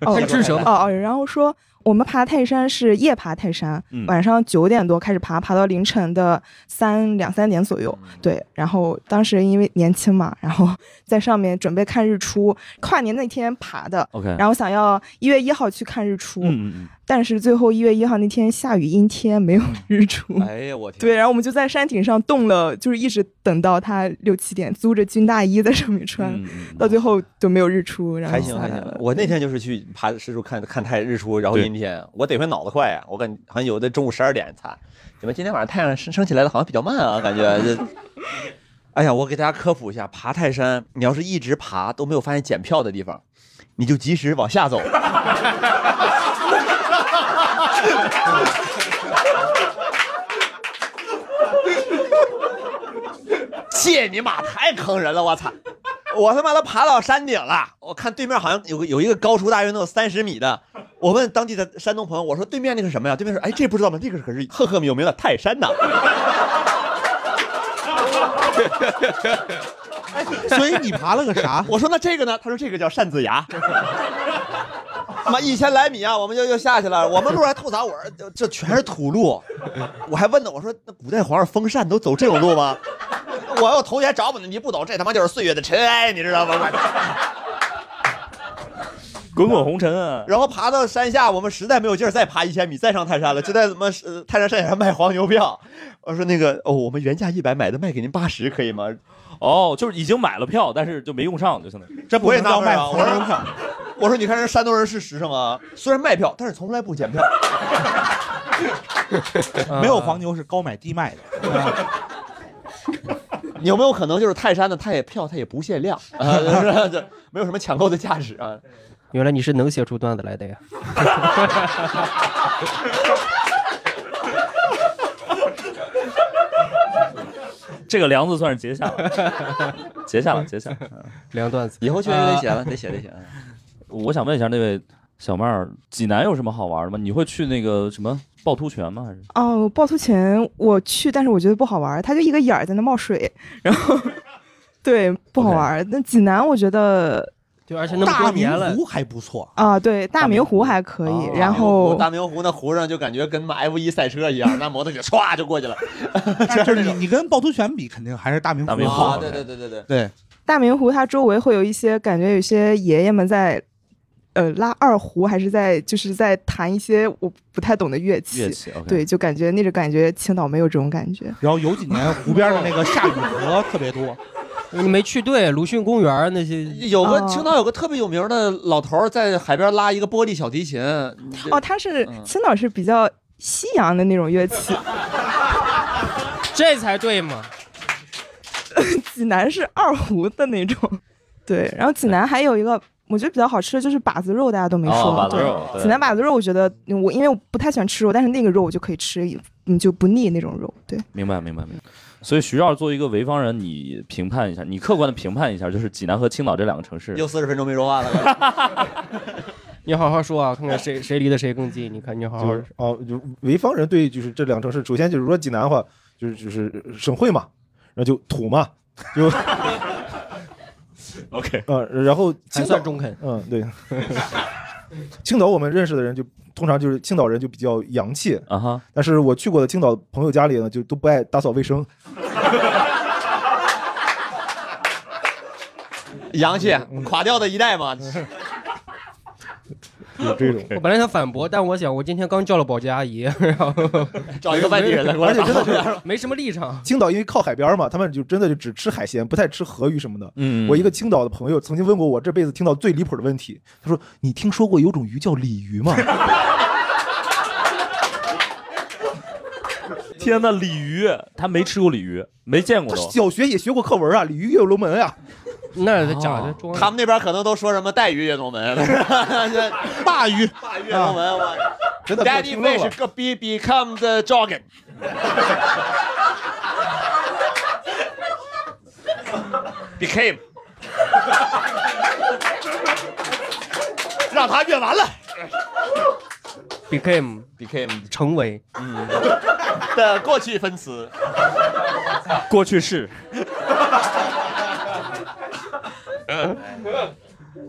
G: 哦，
A: 智者嘛
G: 哦哦，然后说我们爬泰山是夜爬泰山，
A: 嗯
G: 晚上九点多开始爬，爬到凌晨的三两三点左右。对，然后当时因为年轻嘛，然后 在上面准备看日出，跨年那天爬的。
A: OK
G: 然后想要一月一号去看日出，
A: 嗯嗯嗯
G: 但是最后一月一号那天下雨阴天，没有日出。
D: 哎呀，我天！
G: 对，然后我们就在山顶上冻了，就是一直等到它六七点，租着军大衣在上面穿，到最后就没有日出，然后
D: 还
G: 下
D: 行还
G: 来
D: 行
G: 了。，
D: 我那天就是去爬石柱看看太日出，然后
A: 对
D: 阴天，我得亏脑子快呀、我感觉好像有的中午十二点才，你们今天晚上太阳升升起来的好像比较慢啊，感觉这。哎呀，我给大家科普一下，爬泰山，你要是一直爬都没有发现检票的地方，你就及时往下走。借你妈太坑人了，我操！我他妈都爬到山顶了，我看对面好像有个有一个高出大约能有三十米的，我问当地的山东朋友，我说对面那个是什么呀？对面说，哎，这不知道吗？这个可是赫赫有名的泰山呐。
E: 所以你爬了个啥？
D: 我说那这个呢？他说这个叫扇子崖。妈，一千来米啊，我们就又下去了。我们路上还吐槽，我说这全是土路。我还问呢，我说那古代皇上封禅都走这种路吗？ 我要头前找我呢，你不懂，这他妈就是岁月的尘埃，你知道吗？
A: 滚滚红尘啊！
D: 然后爬到山下，我们实在没有劲儿再爬一千米，再上泰山了，就在什么呃泰山山下卖黄牛票。我说那个哦，我们原价一百买的，卖给您八十，可以吗？
A: 哦，就是已经买了票，但是就没用上，就相当于
D: 我也纳闷啊，我说我说你看人山东人是实诚啊，虽然卖票，但是从来不检票，
E: 没有黄牛是高买低卖的。
D: 有没有可能就是泰山的，它也票它也不限量啊， 就是这没有什么抢购的价值 啊。
C: 原来你是能写出段子来的呀！
A: 这个梁子算是结 下了，结下了，结下了。
C: 梁段子
D: 以后确实得写
B: 啊
D: 了，得写得写。嗯
A: 我想问一下那位小妹儿，济南有什么好玩的吗？你会去那个什么趵突泉吗？还是
G: 哦，趵突泉我去，但是我觉得不好玩儿，它就一个眼儿在那冒水，然后对不好玩儿。那济南我觉得
C: 对，而且
G: 那么多年了
E: 大明湖还不错，
G: 啊，对大明湖还可以，然
D: 我
G: 后
D: 大明湖那湖上就感觉跟 F 一赛车一样，那摩托车唰就过去了。
E: 就是你你跟趵突泉比，肯定还是大明湖
D: 啊，
E: 好。
D: 对对对对对。
E: 对，
G: 大明湖它周围会有一些感觉，有些爷爷们在。呃，拉二胡还是在就是在弹一些我不太懂的乐器，
E: 乐器，OK
G: 对，就感觉那种感觉，青岛没有这种感觉。
E: 然后有几年湖边的那个下雨河特别多，
C: 你没去对鲁迅公园那些啊
D: 有个青岛有个特别有名的老头儿在海边拉一个玻璃小提琴，
G: 哦，它是青岛是比较西洋的那种乐器，
C: 这才对嘛。
G: 济南是二胡的那种，对。然后济南还有一个我觉得比较好吃的就是把子肉，大家都没说。
A: 哦把子
G: 对
A: 肉对
G: 济南把子肉，我觉得我因为我不太喜欢吃肉，但是那个肉我就可以吃，嗯，就不腻那种肉。对，
A: 明白明白明白。所以徐绕作为一个潍坊人，你评判一下，你客观的评判一下，就是济南和青岛这两个城市。
D: 又四十分钟没啊说话了。
C: 你好好说啊，看看谁谁离得谁更近。你看，你好好
B: 就是哦，就潍坊人对就是这两个城市，首先就是说济南的话，就是就是省会嘛，然后就土嘛， 就
A: OK，
B: 呃，然后青
C: 还
B: 岛
C: 算中肯。
B: 嗯，对。青岛我们认识的人就通常就是青岛人就比较洋气
A: 啊哈，
B: 但是我去过的青岛朋友家里呢，就都不爱打扫卫生，
D: 洋气，垮掉的一代嘛。
B: 有这种。
C: 我本来想反驳，但我想我今天刚叫了保洁阿姨，然后
D: 找一个外地人来过来
B: 而且真的就是
C: 没什么立场。
B: 青岛因为靠海边嘛，他们就真的就只吃海鲜，不太吃河鱼什么的。
A: 嗯
B: 我一个青岛的朋友曾经问过我这辈子听到最离谱的问题，他说：“你听说过有种鱼叫鲤鱼 吗？”
A: 天呐，鲤鱼，他没吃过鲤鱼，没见过都。
B: 小学也学过课文啊，鲤鱼跃龙门啊。
C: 那
A: 假的装
D: 他们那边可能都说什么带鱼跃龙 门，
E: 鲅鱼，
D: 鲅鱼跃龙门，我
B: 真的
D: Daddy
B: 听愣
D: fish
B: 了
D: could be become the dragon。Became，让他越完了。
C: became
D: became
C: 成为
O: 嗯
D: 的过去分词，
A: 过去式。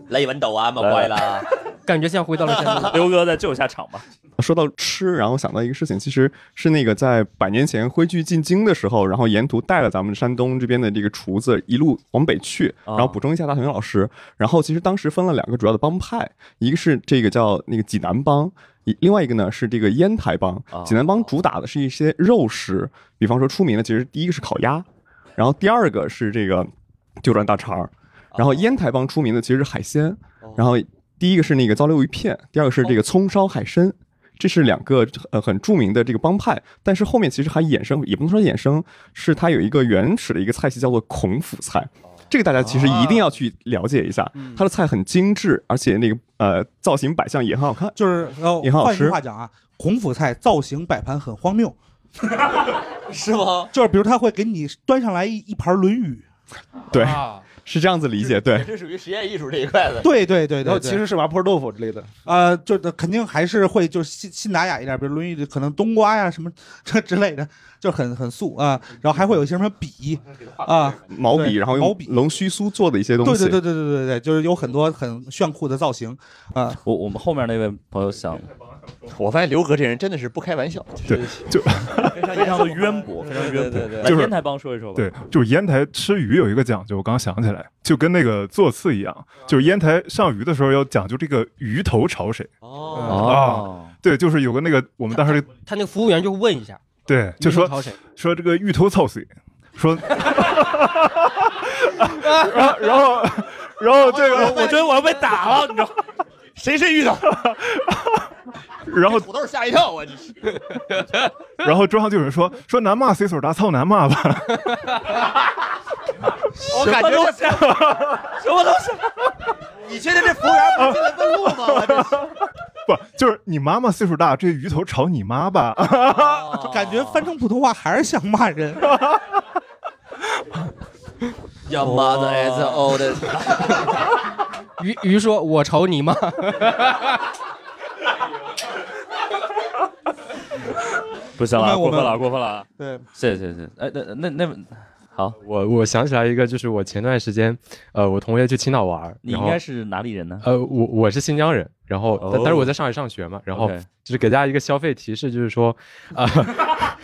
D: 雷文斗啊，莫怪啦。
C: 感觉像回到了现在。
A: 刘哥再救一下场吧。
O: 说到吃，然后想到一个事情，其实是那个在百年前徽剧进京的时候，然后沿途带了咱们山东这边的这个厨子一路往北去。然后补充一下大同学老师，然后其实当时分了两个主要的帮派，一个是这个叫那个济南帮。一另外一个呢是这个烟台帮，济南帮主打的是一些肉食，比方说出名的其实第一个是烤鸭，然后第二个是这个九转大肠儿，
B: 哦
O: 然后烟台帮出名的其实是海鲜，然后第一个是那个糟溜鱼片，第二个是这个葱烧海参。这是两个呃很著名的这个帮派，但是后面其实还衍生，也不能说衍生，是它有一个原始的一个菜系叫做孔府菜，
B: 哦
O: 这个大家其实一定要去了解一下，
B: 嗯
O: 它的菜很精致，而且那个呃造型摆相也很好看，
E: 就是呃
O: 也很好
E: 换句
O: 吃
E: 话。讲啊，孔府菜造型摆盘很荒谬，
D: 是吗？
E: 就是比如他会给你端上来一一盘《论语》，
B: 啊
O: 对，是这样子理解，对，
M: 这属于实验艺术这一块的。
E: 对对对对
B: 然后其实是麻婆豆腐之类的。
E: 呃，就是肯定还是会就是信信达雅一点，比如《论语》里可能冬瓜呀什么这之类的，就很很素啊。然后还会有一些什么笔啊，
O: 毛笔，
E: 对
O: 然后用
E: 毛笔，
O: 龙须酥做的一些东
E: 对
O: 西，
E: 对对对对对对，就是有很多很炫酷的造型啊。
A: 我我们后面那位朋友想，
M: 我发现刘哥这人真的是不开玩笑，
H: 对，就
A: 非常的渊博，非常渊博。来，
H: 就是
A: 烟台帮说一说吧。
H: 对，就是烟台吃鱼有一个讲究，我刚想起来，就跟那个做刺一样，就是烟台上鱼的时候要讲究这个鱼头朝谁。
C: 哦
H: 啊，对，就是有个那个我们当时
C: 嗯他那个服务员就问一下，
H: 对，就
C: 鱼
H: 说
C: 头朝谁
H: 说这个芋头操碎，说，然后然后然后这个
K: 我觉得我要被打了，你知道吗？
M: 谁是遇到？
H: 然后
M: 土豆吓一跳，我这是。
H: 然后桌上就有人说说南骂 C 所大操南骂吧，
M: 我感觉这 什么东西？ 你确定这服务员不进来问路吗？我这是。
H: 不就是你妈妈岁数大，这鱼头朝你妈吧。
E: 感觉翻成普通话还是想骂人。
M: Your mother is old.
C: 鱼鱼说：“我瞅你妈。
A: 不行了，
K: 我
A: 过
K: 们
A: 分了，过分了。
E: 对，
A: 谢谢谢谢。哎，那那那好，
R: 我我想起来一个，就是我前段时间，呃，我同学去青岛玩儿，
A: 你
R: 然
A: 应
R: 后
A: 该是哪里人呢？
R: 呃，我我是新疆人，然后但但是
A: 哦
R: 我在上海上学嘛，然后
A: OK
R: 就是给大家一个消费提示，就是说啊，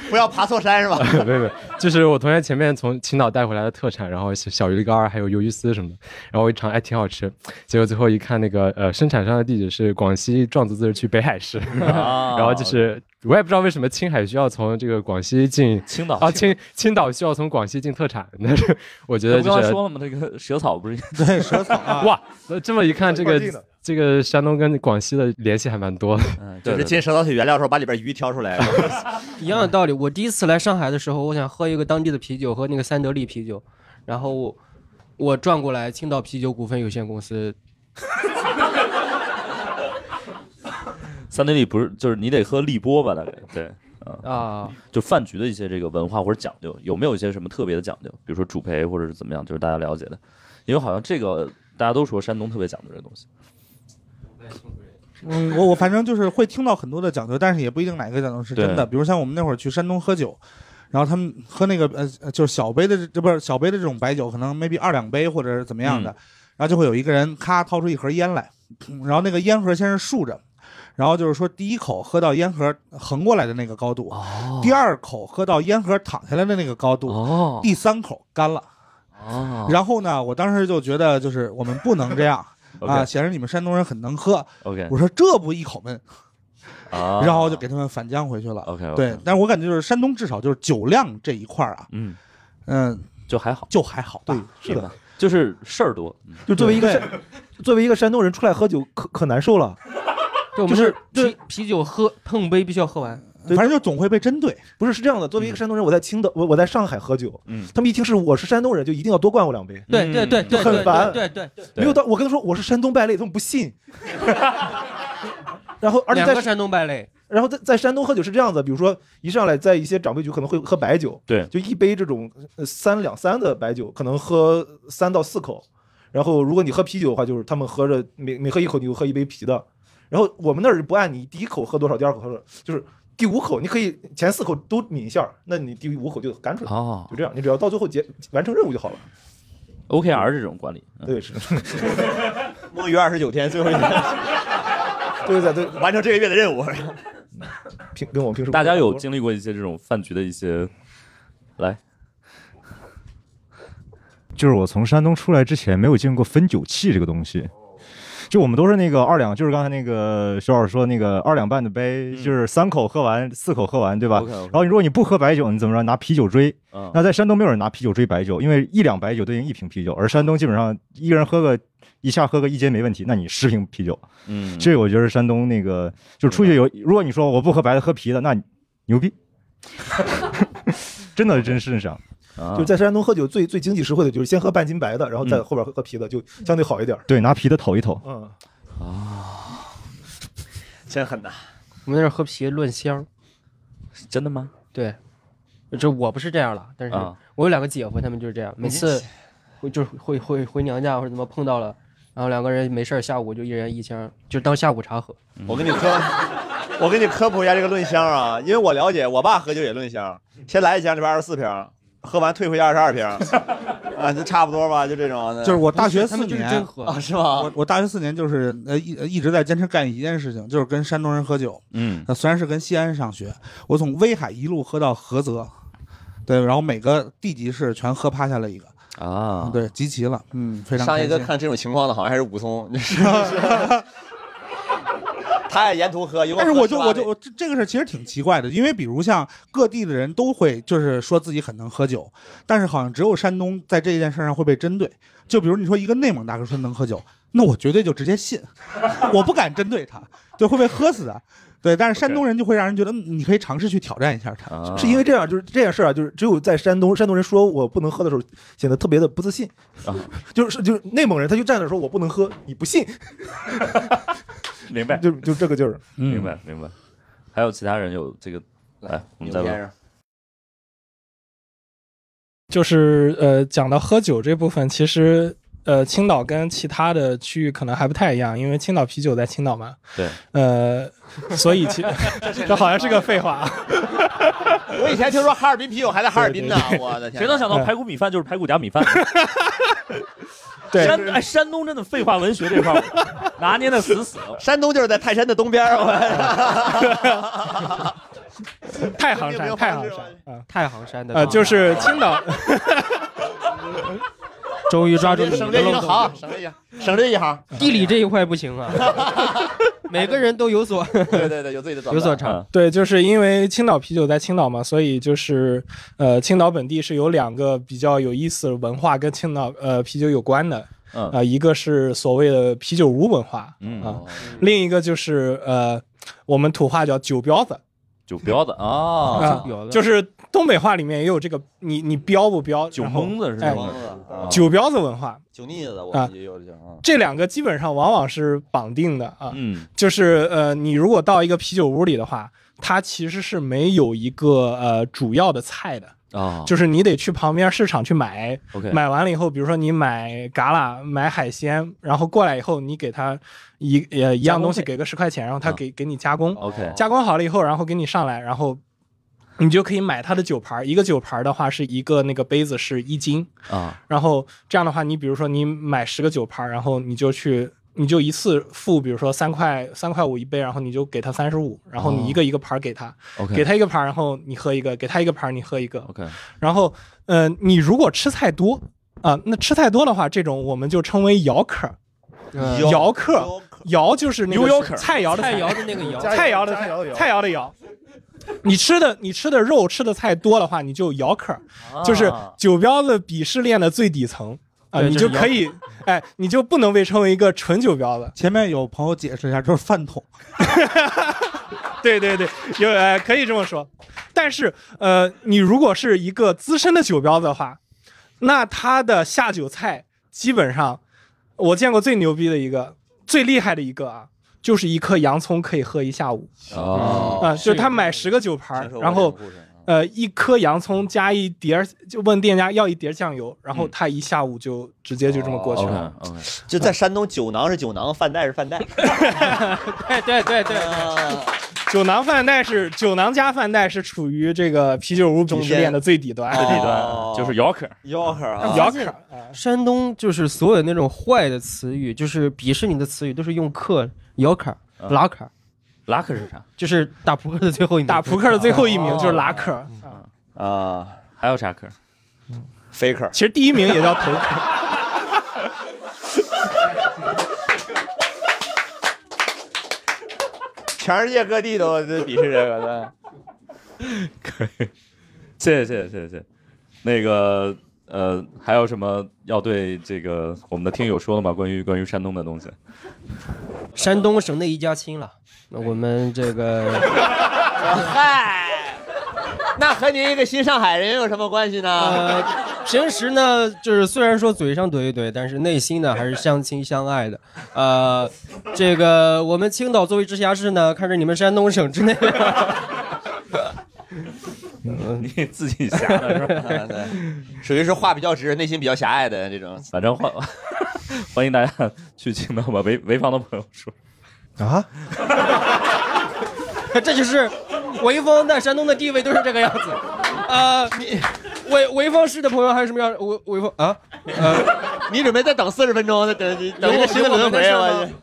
M: 不要爬错山是吧？
R: 没有没有，就是我同学前面从青岛带回来的特产，然后小小鱼干儿还有鱿鱼丝什么的，然后我一尝，哎，挺好吃，结果最后一看那个呃生产商的地址是广西壮族自治区北海市，
K: 啊
R: 然后就是我也不知道为什么青海需要从这个广西进
A: 青岛
R: 啊青青岛需要从广西进特产，但是我觉
A: 我
R: 得
A: 刚
R: 就
A: 才
R: 是
A: 说了吗？这个蛇草不是
E: 对蛇草啊
R: 哇，那这么一看，这
A: 快
R: 个
A: 递呢
R: 这个山东跟广西的联系还蛮多的。嗯
M: 就是进蛇岛腿原料的时候，把里边鱼挑出来。
C: 一样的道理。我第一次来上海的时候，我想喝一个当地的啤酒，喝那个三得利啤酒，然后我我转过来青岛啤酒股份有限公司，
A: 三得利不是，就是你得喝利波吧？大概对，嗯
C: 啊，
A: 就饭局的一些这个文化或者讲究，有没有一些什么特别的讲究？比如说主陪或者是怎么样，就是大家了解的，因为好像这个大家都说山东特别讲究这个东西。
E: 嗯，我我反正就是会听到很多的讲究，但是也不一定哪个讲究是真的。
A: 对
E: 比如像我们那会儿去山东喝酒，然后他们喝那个呃呃就是小杯的这这不是小杯的这种白酒，可能 maybe 二两杯或者是怎么样的，
A: 嗯
E: 然后就会有一个人咔掏出一盒烟来，然后那个烟盒先是竖着。然后就是说，第一口喝到烟盒横过来的那个高度，
A: 哦
E: 第二口喝到烟盒躺下来的那个高度，第三口干了。
A: 哦
E: 然后呢，我当时就觉得，就是我们不能这样
A: OK
E: 啊，显示你们山东人很能喝。
A: OK
E: 我说这不一口闷，
A: 啊，
E: 然后就给他们反将回去了。
A: OK，OK
E: 对，但是我感觉就是山东至少就是酒量这一块儿啊，
A: 嗯
E: 嗯，
A: 就还好，
E: 就还好吧。
B: 是的，
A: 就是事儿多，
R: 嗯
B: 就作为一个山作为一个山东人出来喝酒，可可难受了。
C: 对，我们是啤啤酒喝碰杯必须要喝完，
E: 反正就总会被针对。
B: 不是是这样的，作为一个山东人，我在青岛，我我在上海喝酒，
A: 嗯
B: 他们一听是我是山东人，就一定要多灌我两杯。
C: 对对对对
B: 就很烦，
C: 对对对
B: 没
C: 对
B: 有到我跟他说我是山东败类，他们不信。 然后而且在
C: 两个山东败类，
B: 然后在在山东喝酒是这样子，比如说一上来在一些长辈局可能会喝白酒，
A: 对
B: 就一杯这种呃三两三的白酒，可能喝三到四口。然后如果你喝啤酒的话，就是他们喝着每每喝一口你就喝一杯啤的。然后我们那儿不按你第一口喝多少，第二口喝多少，就是第五口你可以前四口都抿一下，那你第五口就干出来，
A: 哦
B: 就这样，你只要到最后结完成任务就好了。
A: OKR 这啊种管理，
B: 对是，
M: 摸鱼二十九天，最后一天，
B: 对对对，
M: 完成这个月的任务。
B: 平跟我平时
A: 大家有经历过一些这种饭局的一些，来，
I: 就是我从山东出来之前没有见过分酒器这个东西。就我们都是那个二两，就是刚才那个徐老师说那个二两半的杯，就是三口喝完，四口喝完，对吧
A: OK，OK
I: 然后如果你不喝白酒，你怎么着拿啤酒追？
A: 嗯
I: 那在山东没有人拿啤酒追白酒，因为一两白酒对应一瓶啤酒，而山东基本上一个人喝个一下喝个一斤没问题，那你十瓶啤酒，
A: 嗯
I: 这个我觉得是山东那个，就是出去有，如果你说我不喝白的喝啤的，那你牛 逼，真的真是这样。
A: 嗯
I: 啊
B: 就在山东喝酒最最经济实惠的就是先喝半斤白的，然后再后边喝喝啤的，就相对好一点。
I: 对，拿啤的投一投。
B: 嗯，
M: 真狠呐！
C: 我们在那儿喝啤论香，
A: 真的吗？
C: 对，这我不是这样了，但是
A: 啊
C: 我有两个姐夫，他们就是这样，每次。回就是回回回娘家或者怎么碰到了，然后两个人没事儿下午就一人一箱，就当下午茶喝。
M: 嗯我跟你 科，我给你科普一下这个论箱啊，因为我了解，我爸喝酒也论箱，先来一箱，这边二十四瓶，喝完退回去二十 二瓶，啊，就差不多吧，就这种。
E: 就是我大学四年
M: 啊，是吗？
E: 我我大学四年就是呃一一直在坚持干一件事情，就是跟山东人喝酒。
A: 嗯，
E: 那虽然是跟西安上学，我从威海一路喝到菏泽，对，然后每个地级市全喝趴下了一个
A: 啊，
E: 对，集齐了，嗯，非常
M: 上一
E: 开
M: 个
E: 心
M: 看这种情况的，好像还是武松，你 是他也沿途喝，一共
E: 但是
M: 喝
E: 我就
M: 18
E: 我就
M: 杯
E: 我这这个事儿其实挺奇怪的，因为比如像各地的人都会就是说自己很能喝酒，但是好像只有山东在这件事上会被针对。就比如你说一个内蒙大哥说能喝酒，那我绝对就直接信，我不敢针对他，对会被喝死的。对，但是山东人就会让人觉得嗯你可以尝试去挑战一下他，
B: 是因为这样，就是这件事儿啊，就是只有在山东，山东人说我不能喝的时候，显得特别的不自信。
A: 啊，
B: 就是就是内蒙人，他就站那儿说我不能喝，你不信，
A: 明白，
B: 就就这个劲儿。
J: 嗯
A: 明白明白。还有其他人有这个，来，我们再
M: 牛先
A: 问
M: 生。
J: 就是呃，讲到喝酒这部分，其实呃，青岛跟其他的区域可能还不太一样，因为青岛啤酒在青岛嘛，
A: 对，
J: 呃，所以 其这好像是个废话啊。
M: 我以前听说哈尔滨啤酒还在哈尔滨呢，
A: 对对对
M: 我的天！
A: 谁能想到排 骨米饭就是排骨夹米饭？
J: 对
A: 山哎，山东真的废话文学这块儿 拿捏的死死。
M: 山东就是在泰山的东边儿， 我
J: 啊太行山，太行山啊，
C: 太行山的
J: 呃，就是青岛。
C: 终于抓住你的
M: 省略一个
C: 漏洞，
M: 行，省略一行，省略一行。
C: 地理这一块 不行啊，每个人都有所
M: 对对对，有自己的短板
C: 有所长。
J: 对，就是因为青岛啤酒在青岛嘛，所以就是呃，青岛本地是有两个比较有意思的文化跟青岛呃啤酒有关的。
A: 嗯
J: 啊，一个是所谓的啤酒屋文化，
A: 嗯
J: 啊，另一个就是呃，我们土话叫酒标子，
A: 酒标子
J: 啊
A: 啊，
J: 就是东北话里面也有这个，你你标不标？
A: 酒
J: 然后
A: 蒙子是
J: 哎
A: 吗啊
J: 酒标子文化，
M: 酒腻子，我
J: 啊
M: 们也有这种。
J: 这两个基本上往往是绑定的啊。
A: 嗯，
J: 就是呃，你如果到一个啤酒屋里的话，它其实是没有一个呃主要的菜的。
M: 哦
A: 啊，
J: 就是你得去旁边市场去买
A: OK
J: 买完了以后，比如说你买嘎啦、买海鲜，然后过来以后，你给他一呃一样东西给个十块钱，然后他给、给你加工
A: 嗯 OK
J: 加工好了以后，然后给你上来，然后你就可以买它的酒牌儿，一个酒牌儿的话是一个那个杯子是一斤，
M: 哦
A: 啊，
J: 然后这样的话，你比如说你买十个酒牌儿，然后你就去。你就一次付，比如说三块三块五一杯，然后你就给他三十五，然后你一
C: 哦
J: 个一个盘儿给他，
A: OK
J: 给他一个盘儿，然后你喝一个，给他一个盘儿，你喝一个
A: OK
J: 然后，呃，你如果吃菜多啊、那吃菜多的话，这种我们就称为摇客儿。
C: 嗯
J: 摇客儿，摇就是那
C: 牛摇
J: 个
C: 客
J: 是
C: 儿
J: 菜肴的
C: 菜肴 的那个摇
J: 菜肴的
C: 加油加油
J: 菜肴的肴。你吃的你吃的肉吃的菜多的话，你就摇客儿，就是
C: 啊
J: 酒标子鄙视链的最底层啊、
E: 对
J: 你
E: 就是
J: 就
E: 摇
J: 可以
E: 客，
J: 哎，你就不能被称为一个纯酒标子。
E: 前面有朋友解释一下，就是饭桶，
J: 对对对，有呃可以这么说，但是呃，你如果是一个资深的酒标的话，那他的下酒菜基本上，我见过最牛逼的一个，最厉害的一个啊，就是一颗洋葱可以喝一下午。
A: 哦
J: 啊、就是他买十个酒盘儿
A: 听说，过
J: 然
A: 这
J: 后
A: 种故事啊
J: 呃一颗洋葱加一碟儿，就问店家要一碟儿酱油，然后他一下午就直接就这么过去
D: 哦
J: 了。
A: 哦 OK，
M: 嗯 就在山东，酒囊是酒囊，饭袋是饭袋。
C: 对对对对，
M: 啊
J: 酒囊饭袋是酒囊加饭袋是处于这个啤酒屋鄙视链的最底端，
A: 最底
D: 哦
A: 端就是摇客，
M: 摇客
C: 啊
J: 摇客。
C: 山东就是所有那种坏的词语，就是鄙视你的词语，都是用“克”、“摇坎”、“拉坎”。
A: 啊拉克是啥？
C: 就是打扑克的最后一名。打嗯
J: 扑克的最后一名就是拉克，
M: 啊，
A: 还有啥客
M: ？faker，
J: 其实第一名也叫头客。
M: 全世界各地都都鄙视这个的。
A: 谢谢谢谢谢谢。那个呃，还有什么要对这个我们的听友说的吗？关于关于山东的东西？
C: 山东省内一家亲了。那我们这个
M: 嗨，那和您一个新上海人有什么关系呢？
C: 呃平时呢，就是虽然说嘴上怼一怼，但是内心呢还是相亲相爱的。呃，这个我 们青岛作为直辖市呢，看着你们山东省之内，
D: 你自己瞎的是吧 对，属于是话比较直，内心比较狭隘的这种。
A: 反 正欢欢迎大家去青岛吧，潍潍坊的朋友说
B: 啊，
C: 这就是潍坊在山东的地位都是这个样子。呃，你潍潍坊市的朋友还有什么样？潍潍坊啊，呃，
D: 你准备再等四十分钟，再等等一个新的轮回
C: 有我
D: 我
C: 们的事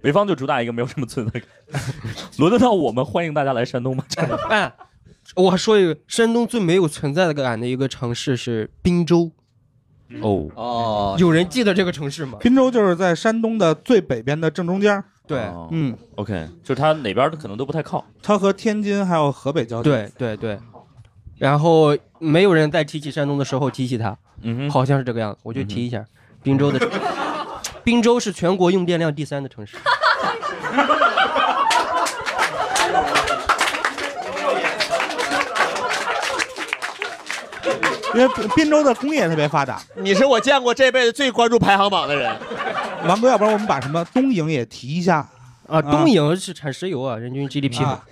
D: 去
A: 潍坊就主打一个没有什么存在感。 轮得到我们，欢迎大家来山东吗？
C: 哎，我说一个，山东最没有存在感的一个城市是滨州。
M: 嗯
A: 哦
D: 哦
C: 有人记得这个城市吗？
E: 滨州就是在山东的最北边的正中间儿，
C: 对
E: 嗯
A: 哦，OK，就是它哪边儿可能都不太靠。
E: 它和天津还有河北交界。
C: 对对对，然后没有人在提起山东的时候提起它，
A: 嗯，
C: 好像是这个样子，我就提一下，滨州的，滨州是全国用电量第三的城市。
E: 因为滨州的工业特别发达。
D: 你是我见过这辈子最关注排行榜的人。
E: 王哥，要不然我们把什么东营也提一下
C: 啊？东营是产石油啊，人均 GDP
E: 啊。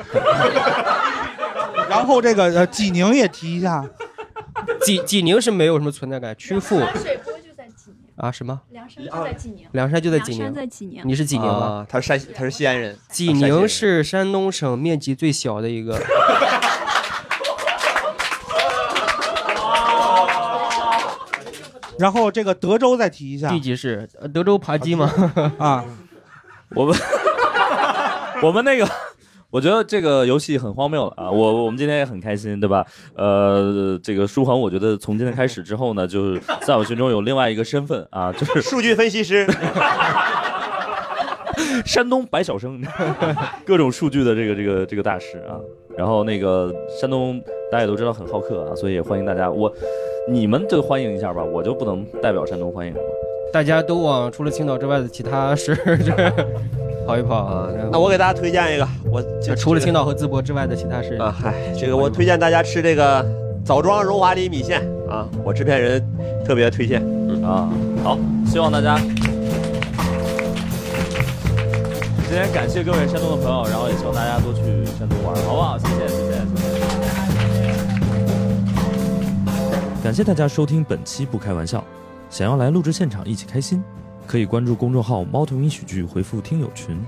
E: 然后这个呃，济宁也提一下。
C: 济济宁是没有什么存在感，曲阜
S: 水波就在济宁，
C: 啊什么？
S: 梁山就在济宁，
C: 梁山就在济
S: 梁
C: 宁，
S: 山在济宁
C: 你是济宁
D: 啊
C: 吗？
D: 他是山西，他是西安人。
C: 济宁是山东省面积最小的一个。
E: 然后这个德州再提一下。
C: 地级市，呃德州扒鸡吗？
E: 啊，
A: 我们 我们那个，我觉得这个游戏很荒谬了啊！我我们今天也很开心，对吧？呃，这个舒恒，我觉得从今天开始之后呢，就是在我心中有另外一个身份啊，就是
D: 数据分析师，
A: 山东白晓生， 各种数据的这个这个这个大师啊。然后那个山东大家也都知道很好客啊，所以也欢迎大家，我你们就欢迎一下吧，我就不能代表山东欢迎了。
C: 大家都往除了青岛之外的其他市跑 一跑啊。
D: 那我给大家推荐一个，我就
C: 除了青岛和淄博之外的其他市
D: 啊，嗨，这个我推荐大家吃这个枣庄荣华里米线啊，我制片人特别推荐。嗯
A: 啊，好，希望大家今天感谢各位山东的朋友，然后也希望大家多去山东玩，好不
D: 啊
A: 好？谢谢，谢谢，谢谢。感谢大家收听本期《不开玩笑》，想要来录制现场一起开心，可以关注公众号“猫头鹰喜剧”，回复“听友群”，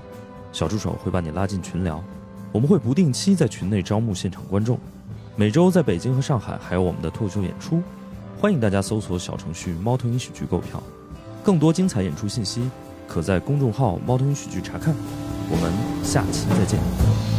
A: 小助手会把你拉进群聊。我们会不定期在群内招募现场观众，每周在北京和上海还有我们的脱口秀演出，欢迎大家搜索小程序“猫头鹰喜剧”购票。更多精彩演出信息，可在公众号“猫头鹰喜剧”查看。我们下期再见。